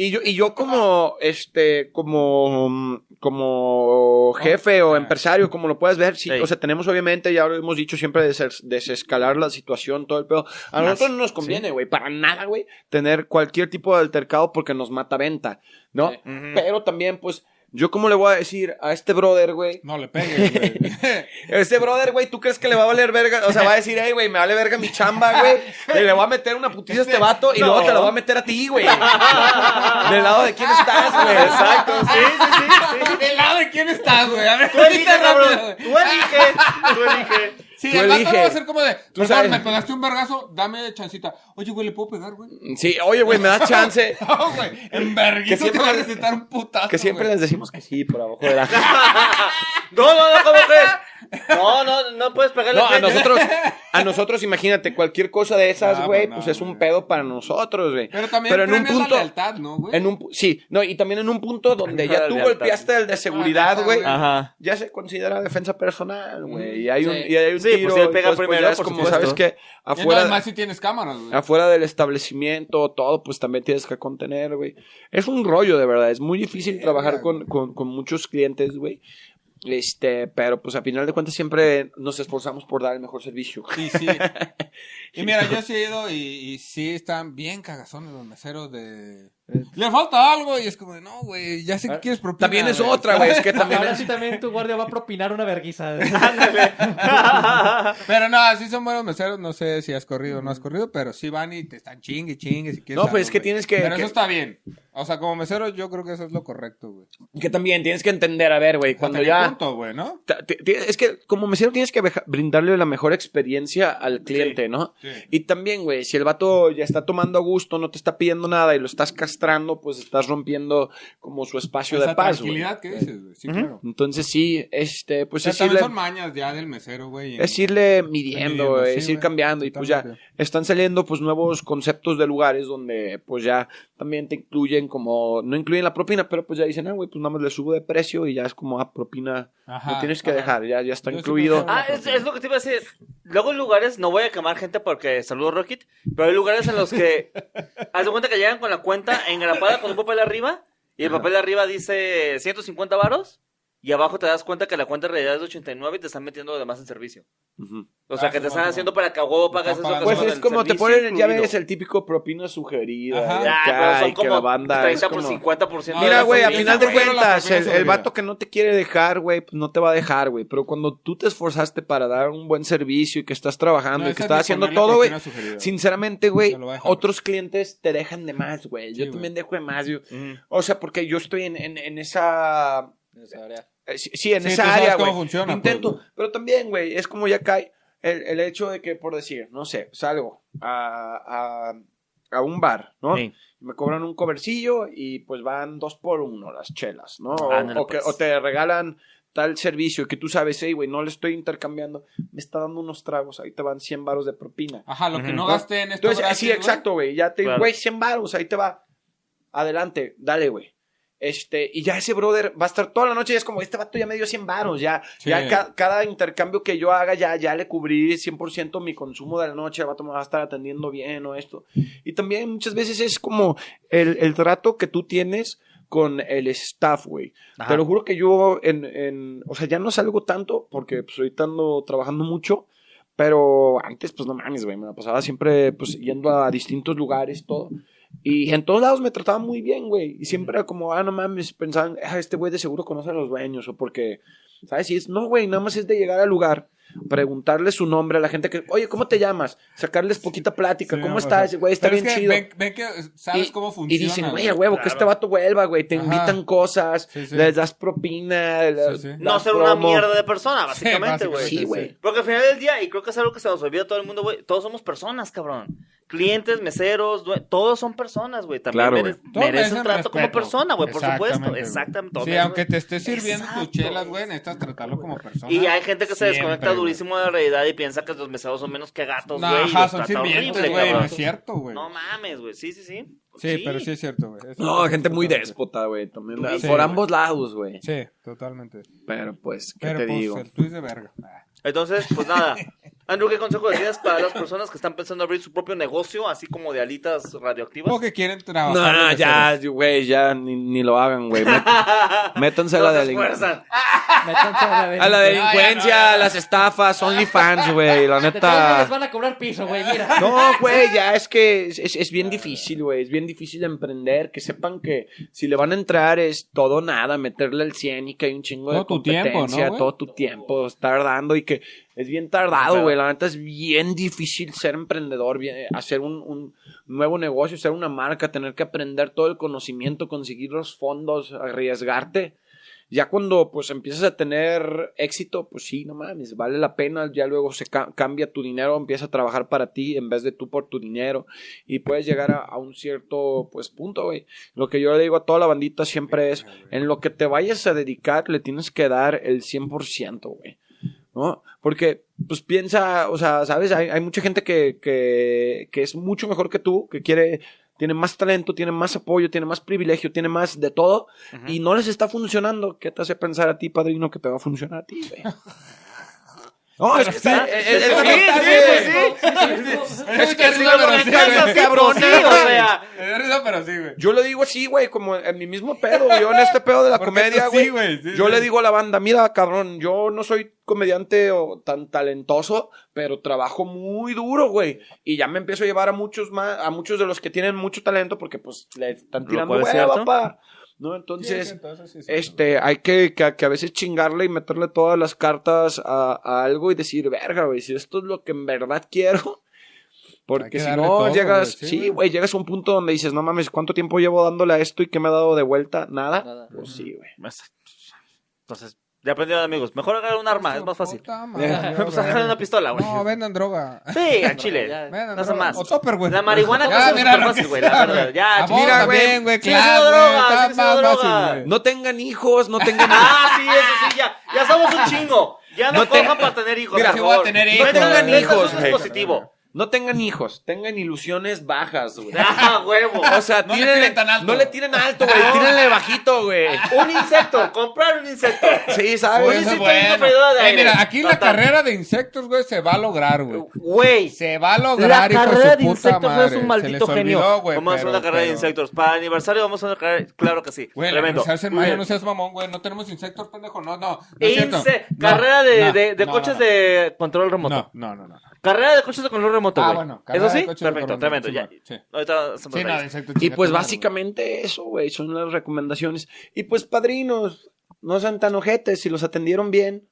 B: y yo y yo como este como mm, como jefe o empresario, como lo puedas ver, sí,
A: Sí.
B: o sea, tenemos obviamente ya lo hemos dicho siempre des- desescalar la situación, todo el pedo. A nosotros no nos conviene, güey, para nada, güey, tener cualquier tipo de altercado porque nos mata venta, ¿no?
A: Ujú.
B: Pero también pues yo cómo le voy a decir a este brother, güey,
C: No le pegues, güey.
B: este brother, güey, ¿tú crees que le va a valer verga? O sea, va a decir, hey, güey, me vale verga mi chamba, güey. Y Le voy a meter una putiza a este vato y
A: No.
B: luego te la voy a meter a ti, güey. Del lado de quién estás, güey.
A: Exacto, sí, sí, sí. sí.
C: ¿Del lado de quién estás, güey? A ver,
A: Tú elige,
C: ahorita rápido,
A: cabrón.
C: güey.
A: Tú elige. Tú elige.
C: Sí,
B: Tú
C: el vato no
B: elige.
C: va a ser como de, perdón,
B: sabes.
C: me pegaste un vergazo, dame chancita. Oye, güey, ¿le puedo pegar, güey?
B: Sí, oye, güey, me da chance.
C: No, güey, en verguizo
B: Que
C: te va a
B: siempre-
C: necesitar un putazo,
B: Que siempre
C: güey.
B: les decimos que sí, por abajo de la...
A: No, no, no, ¿cómo crees? No, no, no puedes pegarle
B: No,
A: al
B: a
A: frente.
B: nosotros, a nosotros, imagínate, cualquier cosa de esas,
C: No,
B: güey,
C: pues, no,
B: pues es un
C: güey.
B: pedo para nosotros, güey.
C: Pero también
B: en un
C: premia la
B: punto...
C: lealtad, ¿no, güey?
B: En un, pu- sí, no, y también en un punto donde
A: Premia
B: ya
A: la
B: tú
A: lealtad.
B: golpeaste al de seguridad,
C: Ajá,
B: güey.
C: güey.
A: Ajá.
B: ya se considera defensa personal, güey. Y hay
D: Sí.
B: un, y hay un
A: Sí, pues,
B: tiro.
A: si él pega
B: entonces, pues,
A: primero,
B: ya es
A: por
B: como,
A: supuesto.
B: ¿sabes que
C: Y no,
B: Afuera,
C: además si tienes cámaras, güey.
B: afuera del establecimiento, todo, pues también tienes que contener, güey. Es un rollo, de verdad. Es muy difícil trabajar con, con, con muchos clientes, güey. Este, pero pues a final de cuentas siempre nos esforzamos por dar el mejor servicio.
C: Y sí. Y mira, yo sí he ido y, y sí están bien cagazones los meseros de...
B: Eh.
C: Le falta algo y es como, de, no, güey, ya sé que quieres propina.
B: Ah, También es
C: güey".
B: otra, güey. Es que también
D: Ahora
B: es...
D: sí también tu guardia va a propinar una verguiza.
C: Pero no, sí son buenos meseros, no sé si has corrido o no has corrido, pero sí van y te están chingue, chingue, si
B: Mm.
C: quieres
B: No,
C: algo,
B: pues es que
C: güey.
B: tienes que-
C: Pero
B: que-
C: eso está bien. O sea, como mesero yo creo que eso es lo correcto, güey.
B: Que también tienes que entender, a ver, güey, cuando
C: Hasta qué
B: ya...
C: punto, güey, ¿no?
B: Ta- ti- ti- Es que como mesero tienes que beja- brindarle la mejor experiencia al cliente, ¿no?
C: sí.
B: Y también, güey, si el vato ya está tomando a gusto, no te está pidiendo nada y lo estás castrando, pues estás rompiendo como su espacio
C: Esa
B: de paz, güey.
C: tranquilidad que dices, güey. Sí, claro.
B: Entonces sí, este,
C: O
B: pues
C: sea,
B: es
C: también
B: irle,
C: son mañas ya del mesero, güey.
B: es irle
C: midiendo,
B: midiendo, güey, es
C: sí,
B: ir
C: güey,
B: cambiando y pues ya
C: totalmente.
B: están saliendo pues nuevos conceptos de lugares donde pues ya también te incluyen como, no incluyen la propina, pero pues ya dicen, ah, güey, pues nada más le subo de precio y ya es como, ah, propina,
C: Ajá,
B: no tienes que
C: ajá.
B: dejar, ya, ya está
C: Yo sí
B: incluido.
C: prefiero-
A: Ah, es, es lo que te iba a decir. Luego en lugares, no voy a quemar gente porque saludo Rocket, pero hay lugares en los que haz de cuenta que llegan con la cuenta engrapada con un papel arriba y el papel de arriba dice 150 varos y abajo te das cuenta que la cuenta en realidad es de 89 y te están metiendo lo demás en servicio.
B: Ujú.
A: O sea,
C: Ah,
A: que te
C: sí,
A: están
C: bueno.
A: haciendo para que a huevo pagas eso.
C: Pues
A: que
B: Pues
A: se llama
B: es
A: el
B: como te
A: servicio
B: ponen, ya
A: incluido.
B: ves, el típico propina sugerida.
C: Ajá.
B: y
A: Ya,
B: acá,
A: pero son
B: y que la
A: como
B: banda,
A: 30
B: es
A: por
B: como-
A: 50%.
C: No,
B: Mira,
C: ya
B: güey, a
C: son- ya
B: final
C: se
B: de
C: fueron las
B: cuentas,
C: propinas
B: el, el
C: subidas.
B: vato que no te quiere dejar, güey, pues no te va a dejar, güey. Pero cuando tú te esforzaste para dar un buen servicio y que estás trabajando
C: No,
B: y que
C: esa
B: estás
C: es
B: haciendo
C: ponerle
B: todo, güey,
C: propina sugerida.
B: sinceramente, güey,
C: Te lo va a dejar.
B: otros clientes te dejan de más, güey. Yo
C: Sí,
B: también
C: güey.
B: dejo de más, yo. O sea, porque yo estoy en, en- en esa
D: en esa área.
B: Eh, Sí, sí, en
C: Sí, tú
B: esa
C: sabes
B: área,
C: cómo
B: güey.
C: funciona,
B: Intento.
C: pues,
B: Pero también, güey, es como ya cae el, el hecho de que, por decir, no sé, salgo a, a, a un bar, ¿no?
A: Sí.
B: Me cobran un cobercillo y pues van dos por uno las chelas, ¿no? O,
A: Ándale,
B: o que-
A: pues.
B: o te regalan tal servicio que tú sabes, hey, güey, no le estoy intercambiando, me está dando unos tragos, ahí te van 100 varos de propina.
C: Ajá, lo que
A: Ujú.
C: no gasté en esto.
B: Entonces,
C: gratis,
B: sí,
C: güey.
B: exacto, güey. Ya te
A: Claro.
B: güey, 100 baros, ahí te va. Adelante, dale, güey. Este, y ya ese brother va a estar toda la noche y es como, este vato ya me dio 100 baros, ya,
C: Sí.
B: ya ca- cada intercambio que yo haga, ya, ya le cubrí 100% mi consumo de la noche, el vato me va a estar atendiendo bien o esto. Y también muchas veces es como el, el trato que tú tienes con el staff, güey.
A: Ajá.
B: Te lo juro que yo en, en, o sea, ya no salgo tanto porque pues ahorita ando trabajando mucho, pero antes pues no mames, güey, me la pasaba siempre pues yendo a distintos lugares, todo. Y en todos lados me trataba muy bien, güey. Y siempre era como, ah, no mames, pensaban, ah, este güey de seguro conoce a los dueños o porque, ¿sabes? Y es, no, güey, nada más es de llegar al lugar, preguntarle su nombre a la gente que, oye, ¿cómo te llamas? Sacarles poquita plática,
C: Sí,
B: ¿cómo
C: o sea,
B: estás? Güey, está
C: pero es
B: bien
C: que
B: chido.
C: Ven, ven que sabes
B: Y-
C: cómo
B: Y
C: funciona.
B: dicen, güey, a huevo, que este vato vuelva, güey. Te
C: Ajá.
B: invitan cosas,
C: Sí, sí.
B: les das propina. le-
C: Sí, sí.
B: das
A: No ser una
B: promo.
A: mierda de persona, básicamente,
C: básicamente,
A: güey.
B: Sí, güey.
A: Porque al final del día, y creo que es algo que se nos olvida a todo el mundo, güey, todos somos personas, cabrón. Clientes, meseros, due- todos son personas, güey. También
B: Claro,
A: mere-
C: Todo
A: merecen
C: merece
A: trato como
C: respeto.
A: persona, güey, por supuesto.
C: güey.
A: Exactamente.
C: Sí,
A: Merecen-
C: aunque te esté sirviendo tus
A: Exacto.
C: chelas, güey, necesitas tratarlo como persona.
A: Y hay gente que se
C: Siempre,
A: desconecta
C: güey.
A: durísimo de la realidad y piensa que los meseros son menos que gatos,
C: No,
A: güey. y
C: ajá,
A: los
C: son
A: trata
C: sirvientes,
A: horrible,
C: güey, no
A: cabrón.
C: es cierto, güey.
A: No mames, güey. Sí, sí, sí.
C: Sí, pero sí es cierto, güey. Es-
B: No, gente muy déspota, güey. También
C: Sí,
B: por
C: güey.
B: ambos lados, güey.
C: Sí, totalmente.
B: Pero pues, ¿qué
C: Pero
B: te
C: pues,
B: digo?
C: el twist de verga. Ah.
A: Entonces, pues nada. Andrew, ¿qué consejo le tienes para las personas que están pensando abrir su propio negocio, así como de alitas radioactivas?
C: O que quieren trabajar.
B: No,
C: de
B: no,
C: meseros.
B: ya, güey, ya ni, ni lo hagan, güey. Met- Métanse a la
A: No se
B: delincuencia.
A: esfuerzan.
D: Métanse a la Ah,
B: A la
D: delincuencia.
B: delincuencia, a las estafas, OnlyFans, güey. La
D: De todas maneras
B: neta.
D: van a cobrar piso, güey, mira.
B: No, güey, ya es que es, es- es bien difícil, güey. Es bien difícil emprender. Que sepan que si le van a entrar es todo o nada, meterle el 100 y que hay un chingo de
C: Todo tu tiempo, ¿no,
B: competencia,
C: güey?
B: todo tu tiempo, estar dando y que es bien tardado, güey. La neta es bien difícil ser emprendedor, bien- eh, hacer un, un nuevo negocio, hacer una marca, tener que aprender todo el conocimiento, conseguir los fondos, arriesgarte. Ya cuando pues empiezas a tener éxito, pues sí, no mames, vale la pena, ya luego se ca- cambia tu dinero, empieza a trabajar para ti en vez de tú por tu dinero y puedes llegar a, a un cierto pues punto, güey. Lo que yo le digo a toda la bandita siempre es, en lo que te vayas a dedicar, le tienes que dar el 100%, güey. ¿No? Porque, pues piensa, o sea, ¿sabes? Hay, hay mucha gente que, que, que es mucho mejor que tú, que quiere, tiene más talento, tiene más apoyo, tiene más privilegio, tiene más de todo, y no les está funcionando, ¿qué te hace pensar a ti, padrino, que te va a funcionar a ti, güey? No, es que está.
A: Sí,
B: es-
A: sí,
B: es- es-
A: sí,
B: es-
A: sí, sí.
C: Es que
A: Sí, lo
C: pero sí,
A: alcanzas,
C: güey.
A: cabrón, sí, o sea.
C: Me da risa, pero sí, güey.
B: Yo le digo así, güey, como en mi mismo pedo, yo en este pedo de la
C: Porque
B: comedia,
C: tú
B: güey.
C: sí, güey, sí,
B: yo
C: sí.
B: le digo a la banda, mira, cabrón, yo no soy comediante o tan talentoso, pero trabajo muy duro, güey. Y ya me empiezo a llevar a muchos más, a muchos de los que tienen mucho talento porque pues le están
A: Lo
B: tirando
A: cual es
B: hueva,
A: cierto.
B: pa. ¿No? Entonces, este, hay que, que, que a veces chingarle y meterle todas las cartas a, a algo y decir, verga, güey, si esto es lo que en verdad quiero.
C: Hay que
B: Porque si
C: darle
B: no
C: todo,
B: llegas,
C: güey, sí,
B: sí,
C: güey.
B: güey, llegas a un punto donde dices, no mames, ¿cuánto tiempo llevo dándole a esto y qué me ha dado de vuelta? Nada.
D: Nada.
B: Pues sí, güey.
A: Entonces, ya aprendieron, amigos. Mejor agarrar un arma, es más fácil.
C: Puta madre,
A: Pues
C: güey.
A: agarrar una pistola, güey.
C: No, vendan droga.
A: Sí, a
D: Ya.
A: Chile.
C: Vendan
A: Nada
C: droga.
A: más.
C: O topper, güey.
A: La marihuana
C: Ya,
A: cosa es
C: Ah, mira
A: súper
C: lo que
A: fácil, güey, la
C: sea,
A: verdad. Ya,
C: Ah,
A: chile.
C: mira,
A: También,
C: güey, güey,
A: sigue siendo
C: claro,
A: droga,
C: güey, está
A: sigue siendo
C: más
A: droga.
C: fácil, güey.
B: No tengan hijos, no tengan
A: Ah, sí, eso sí, ya. Ya somos un chingo. Ya no,
B: No te-
A: cojan para tener hijos.
C: Mira,
A: por
C: sí voy a
A: favor.
C: tener
A: No
C: hijos,
A: tengan
B: güey.
A: hijos, eso es
B: Güey.
A: positivo.
B: No tengan hijos, tengan ilusiones bajas, güey.
A: Ah, huevo.
B: O sea,
C: No le
B: tírenle-
C: tiren tan alto.
B: No le tiren alto, güey, tírenle bajito, güey.
A: Un insecto, comprar un insecto.
B: Sí,
C: Güey,
A: Oye,
B: ¿sabes?
C: eso
A: sí
C: es
A: tengo perdedora de
C: Eh,
A: aire.
C: mira, aquí la
A: Total.
C: carrera de insectos, güey, se va a lograr, güey.
A: Güey.
C: Se va a
A: La
C: lograr, hijo de
A: carrera
C: su
A: de
C: puta
A: insectos
C: madre.
A: es un maldito
C: Se les olvidó,
A: genio.
C: güey,
A: vamos a hacer
C: pero-
A: una carrera de
C: pero-
A: insectos. Para el aniversario vamos a hacer una carrera. Claro que sí.
C: Güey, la
A: Tremendo.
C: aniversario es en mayo, no seas mamón, güey. No tenemos insectos, pendejo. No, no. no es cierto.
A: Inse-
C: No,
A: carrera de,
C: no,
A: de- de
C: no,
A: coches
C: no,
A: de control remoto.
C: No, no, no. no.
A: Carrera de coches de control remoto,
C: Ah,
A: güey.
C: bueno, carrera
A: Eso
C: de
A: sí,
C: coches de
A: perfecto,
C: control remoto,
A: tremendo. Ya.
C: sí, sí.
A: Ahorita hacemos
C: Sí, no,
A: detalles.
C: de insectos.
B: Y
C: chinga
B: pues
C: tu madre,
B: básicamente eso, güey, son las recomendaciones. Y pues padrinos, no sean tan ojetes, si los atendieron bien,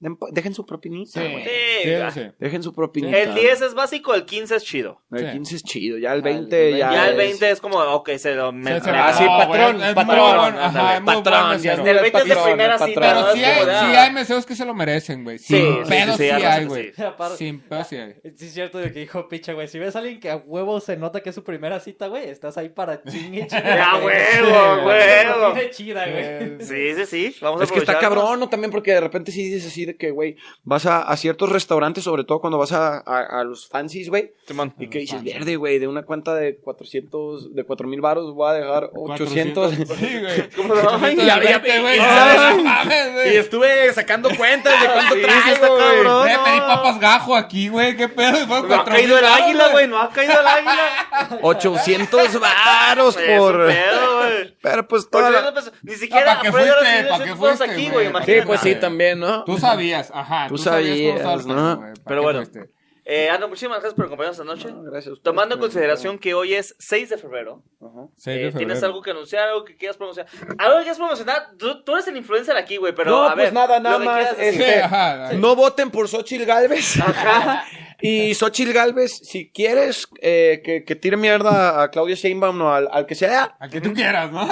B: Den pa- dejen su propinita,
C: Sí.
B: güey.
A: Sí,
C: Sí,
A: va.
C: sí.
B: Dejen su propinita.
A: El 10 es básico, el 15 es chido.
B: El
C: Sí.
B: 15 es chido, ya el
D: Al
B: 20 ya.
A: Ya el
B: es-
A: 20 es como, ok, se lo me-
C: Se- se-
A: me-
E: Ah, sí,
A: no,
C: güey,
E: patrón,
C: es muy
E: patrón,
C: bueno, ajá, es muy buen
E: patrón, ya
C: mesero.
E: está.
A: El 20 es de
E: patrón,
A: primera
E: el
A: cita.
E: patrón.
A: ¿no?
C: Pero sí
A: Es
C: hay,
A: como,
C: sí
A: ah.
C: hay meseros que se lo merecen, güey.
A: Sí,
C: Sin
A: sí,
C: pedo
A: sí,
C: sí,
A: hay raza
C: hay,
A: que
C: güey.
A: sí.
D: Aparte-
C: Sin pedo sí hay.
D: Sí, es cierto de que dijo picha, güey. Si ves a alguien que a huevo se nota que es su primera cita, güey, estás ahí para chingue, chingue.
A: Ya,
D: güey.
A: huevo,
D: Para
A: huevo.
D: que se chida, güey.
A: Sí, sí, sí. Vamos a
B: Es que está
A: aprovecharlo.
B: cabrón, ¿no? También porque de repente sí dices así de que, güey, vas a, a ciertos restaurantes, sobre todo cuando vas a, a- a los fancies, güey, y que dices, verde, güey, de una cuenta de 400, de 4 mil baros voy a dejar 800.
C: Sí, güey.
A: ¿Cómo no?
C: Ay,
A: Ya, ya,
C: vete, güey.
A: Ah.
C: No mames,
E: Y
C: güey.
E: estuve sacando cuentas de cuánto
A: Sí, sí, está
E: traigo, güey.
A: cabrón.
C: Ve, pedí
A: no.
C: papas gajo aquí, güey. ¿Qué pedo? Y fue
A: No ha
C: cuatro
A: caído el
C: mil baros,
A: águila, güey. No ha caído el águila.
B: 800
C: Pues
B: varos
A: Es un
B: por.
A: pedo, güey.
B: Pero pues
A: Por
B: toda la-
A: eso, pues, Ni siquiera
C: ¿pa' Ah, qué
A: Alfredo
C: fuiste?
A: recibió
C: ¿Pa' qué
A: 800 pesos
C: fuiste,
A: aquí, güey.
C: güey?
B: Sí,
A: imagínate.
B: pues sí,
C: Madre.
B: también, ¿no?
C: Tú sabas, ajá.
B: Tú
C: Tú, sabías, cómo
B: sabías,
C: estaba el
B: ¿no?
C: pedo, güey. ¿Para
A: Pero
C: qué
A: bueno.
C: fuiste?
A: Eh, Ano, muchísimas gracias por acompañarnos esta noche.
B: Gracias.
A: Tomando en consideración que hoy es 6 de febrero, eh,
C: Seis de
A: ¿tienes
C: febrero.
A: algo que anunciar, algo que quieras promocionar? Algo que quieras promocionar, tú, tú eres el influencer aquí, güey, pero
B: No,
A: a ver.
B: pues nada, nada
A: lo que
B: más,
A: quieras decir.
C: Sí,
B: este,
C: ajá.
B: No voten por Xochitl Galvez.
A: Ajá.
B: Y Xochitl Galvez, si quieres eh, que, que tire mierda a Claudia Sheinbaum o al, al que sea,
C: Al que tú quieras, ¿no?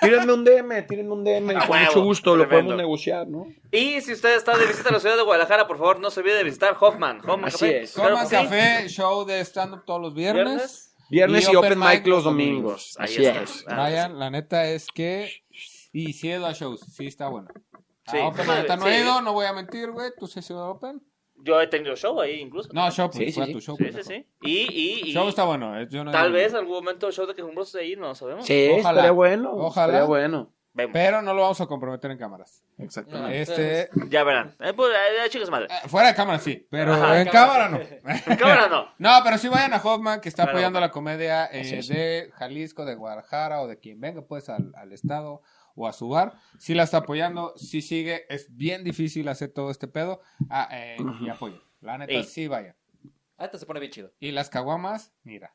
B: tírenme un DM, tírenme un DM.
A: A
B: Con
A: huevo,
B: mucho gusto, lo
A: tremendo.
B: podemos negociar, ¿no?
A: Y si usted está de visita a la ciudad de Guadalajara, por favor, no se olvide de visitar Hoffman. Hoffman
B: Así
A: Café.
B: es.
A: Claro
C: Coman
A: que sí.
C: Café, show de stand-up todos los viernes.
A: Viernes.
B: Viernes y,
C: Y
B: Open
C: open
B: Mic
C: mic
B: los
C: los
B: domingos.
A: Ahí
B: Así
A: está.
B: es.
A: Ah,
C: Vayan, la neta es que. Y sí he ido a shows, sí está bueno. A
A: Sí.
C: Open, la neta, no
A: Sí.
C: he ido, no voy a mentir, güey. ¿Tú sí has ido a Open?
A: Yo he tenido show ahí incluso.
C: No, show, pues,
B: Sí,
C: fue
B: sí,
C: a tu show.
A: sí, sí,
C: pendejo.
A: sí. Y, y, y
C: Show está bueno. eh, yo no he
A: tal
C: ido.
A: vez algún momento show de quejumbrosos ahí, no sabemos.
B: Sí,
C: Ojalá.
B: estaría bueno.
C: Ojalá.
B: Estaría bueno.
A: Vemos.
C: Pero no lo vamos a comprometer en cámaras.
D: Ah,
C: Este.
A: Ya verán. Eh, pues, eh, chicas madre.
C: eh, Fuera de cámara sí, pero
A: Ajá,
C: en
D: cámara
C: cámara,
D: sí.
C: no.
A: En cámara no.
C: No, pero sí vayan a Hoffman, que está
A: Claro.
C: apoyando la comedia eh,
B: Así es.
C: de Jalisco, de Guadalajara o de quien venga, pues al, al estado o a su bar. Sí la está apoyando, sí sigue. Es bien difícil hacer todo este pedo. Ah, eh, y apoyo. La neta,
A: Ey.
C: sí vayan.
D: Ahorita se pone bien chido.
C: Y las caguamas, mira.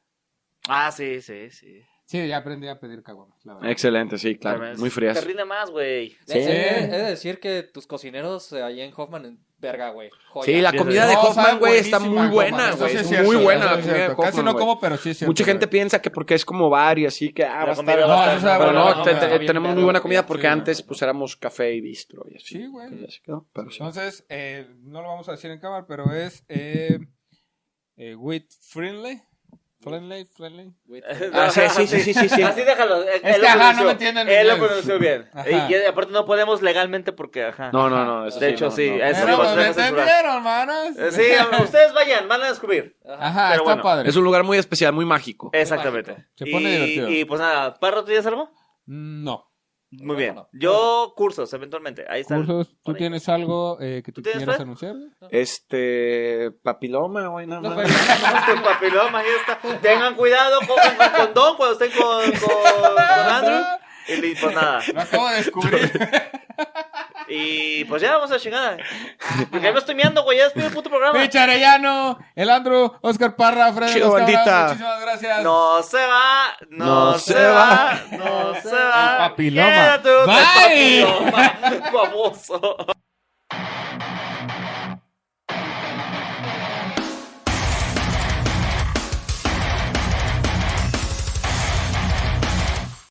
A: Ah, sí, sí, sí.
C: Sí, ya aprendí a pedir caguamas. La verdad.
B: Excelente, sí, claro.
A: También
B: Muy
A: es-
B: frías.
A: Te rinde más, güey.
B: Sí.
D: He, he- he de decir que tus cocineros eh, ahí en Hoffman, en- verga, güey. Joya.
B: Sí, la comida
A: No,
B: de
C: sabe
B: Hoffman, güey, está
C: buenísima,
B: muy buena,
C: Hoffman,
B: güey.
C: eso sí es
B: es
C: cierto,
B: muy buena
C: eso
B: la
C: sí es
B: comida de
C: cierto. Casi
B: Hoffman,
C: no
B: güey.
C: como, pero sí es cierto.
B: Mucha gente
C: güey.
B: piensa que porque es como bar y así que ah,
A: La
B: va a
A: comida
B: estar
A: va a
C: No,
A: estar-
C: eso es
B: Pero
C: bueno,
B: no,
C: no,
B: te-
C: no,
B: te-
C: no, bien
B: tenemos muy buena comida
C: sí,
B: porque
C: güey.
B: antes pues éramos café y bistro y así.
C: Sí, güey.
B: Y así quedó, pero sí.
C: Entonces, eh, no lo vamos a decir en cámara, pero es eh, eh, With Friendly. Friendly, friendly.
D: Güey,
B: Ah, sí, sí, sí, sí, sí, sí.
A: Así déjalo. Él,
C: Es
A: él
C: que,
A: lo
C: ajá,
A: pronunció.
C: no me entienden
A: Él lo
C: inglés.
A: pronunció bien.
C: Ajá.
A: Y, y aparte no podemos legalmente porque, ajá.
B: No, no, no. eso
A: De
B: sí,
A: hecho,
B: no,
A: sí,
B: no.
A: a eso
C: Pero
A: lo
C: me
A: tenemos que censurar.
C: entendieron, manos.
A: Eh, Sí, ustedes vayan, van a descubrir.
C: Ajá,
A: Pero
C: está
A: bueno,
C: padre.
B: Es un lugar muy especial, muy mágico.
A: Exactamente.
C: Se pone
A: y,
C: divertido.
A: Y pues nada, ¿Parro, tú ya algo?
C: No.
A: Muy bien.
D: Bueno.
A: Yo cursos, eventualmente. Ahí está. el-
C: Cursos,
A: por
C: ¿tú
A: ahí.
C: tienes algo eh, que
A: ¿Tú
C: tú
A: tienes
C: quieras
A: fe?
C: anunciar?
B: Este. Papiloma, güey, nada
D: No,
B: más.
D: pero-
A: Vamos con papiloma, ahí está. Tengan cuidado, cojan con condón cuando estén con, con, con Andrew. Y pues nada.
C: Lo acabo de descubrir.
A: Y pues ya, vamos a chingada. Porque me estoy mirando, güey, ya después del puto programa.
C: Mitch Arellano, el Andrew, Oscar Parra, Fred
B: Chido,
C: Restaurant,
B: bandita.
C: Muchísimas gracias.
A: No se va, no,
B: No
A: se,
B: se
A: va,
B: va.
A: no se va.
C: El papiloma.
A: Quédate,
C: Bye.
A: papiloma, famoso.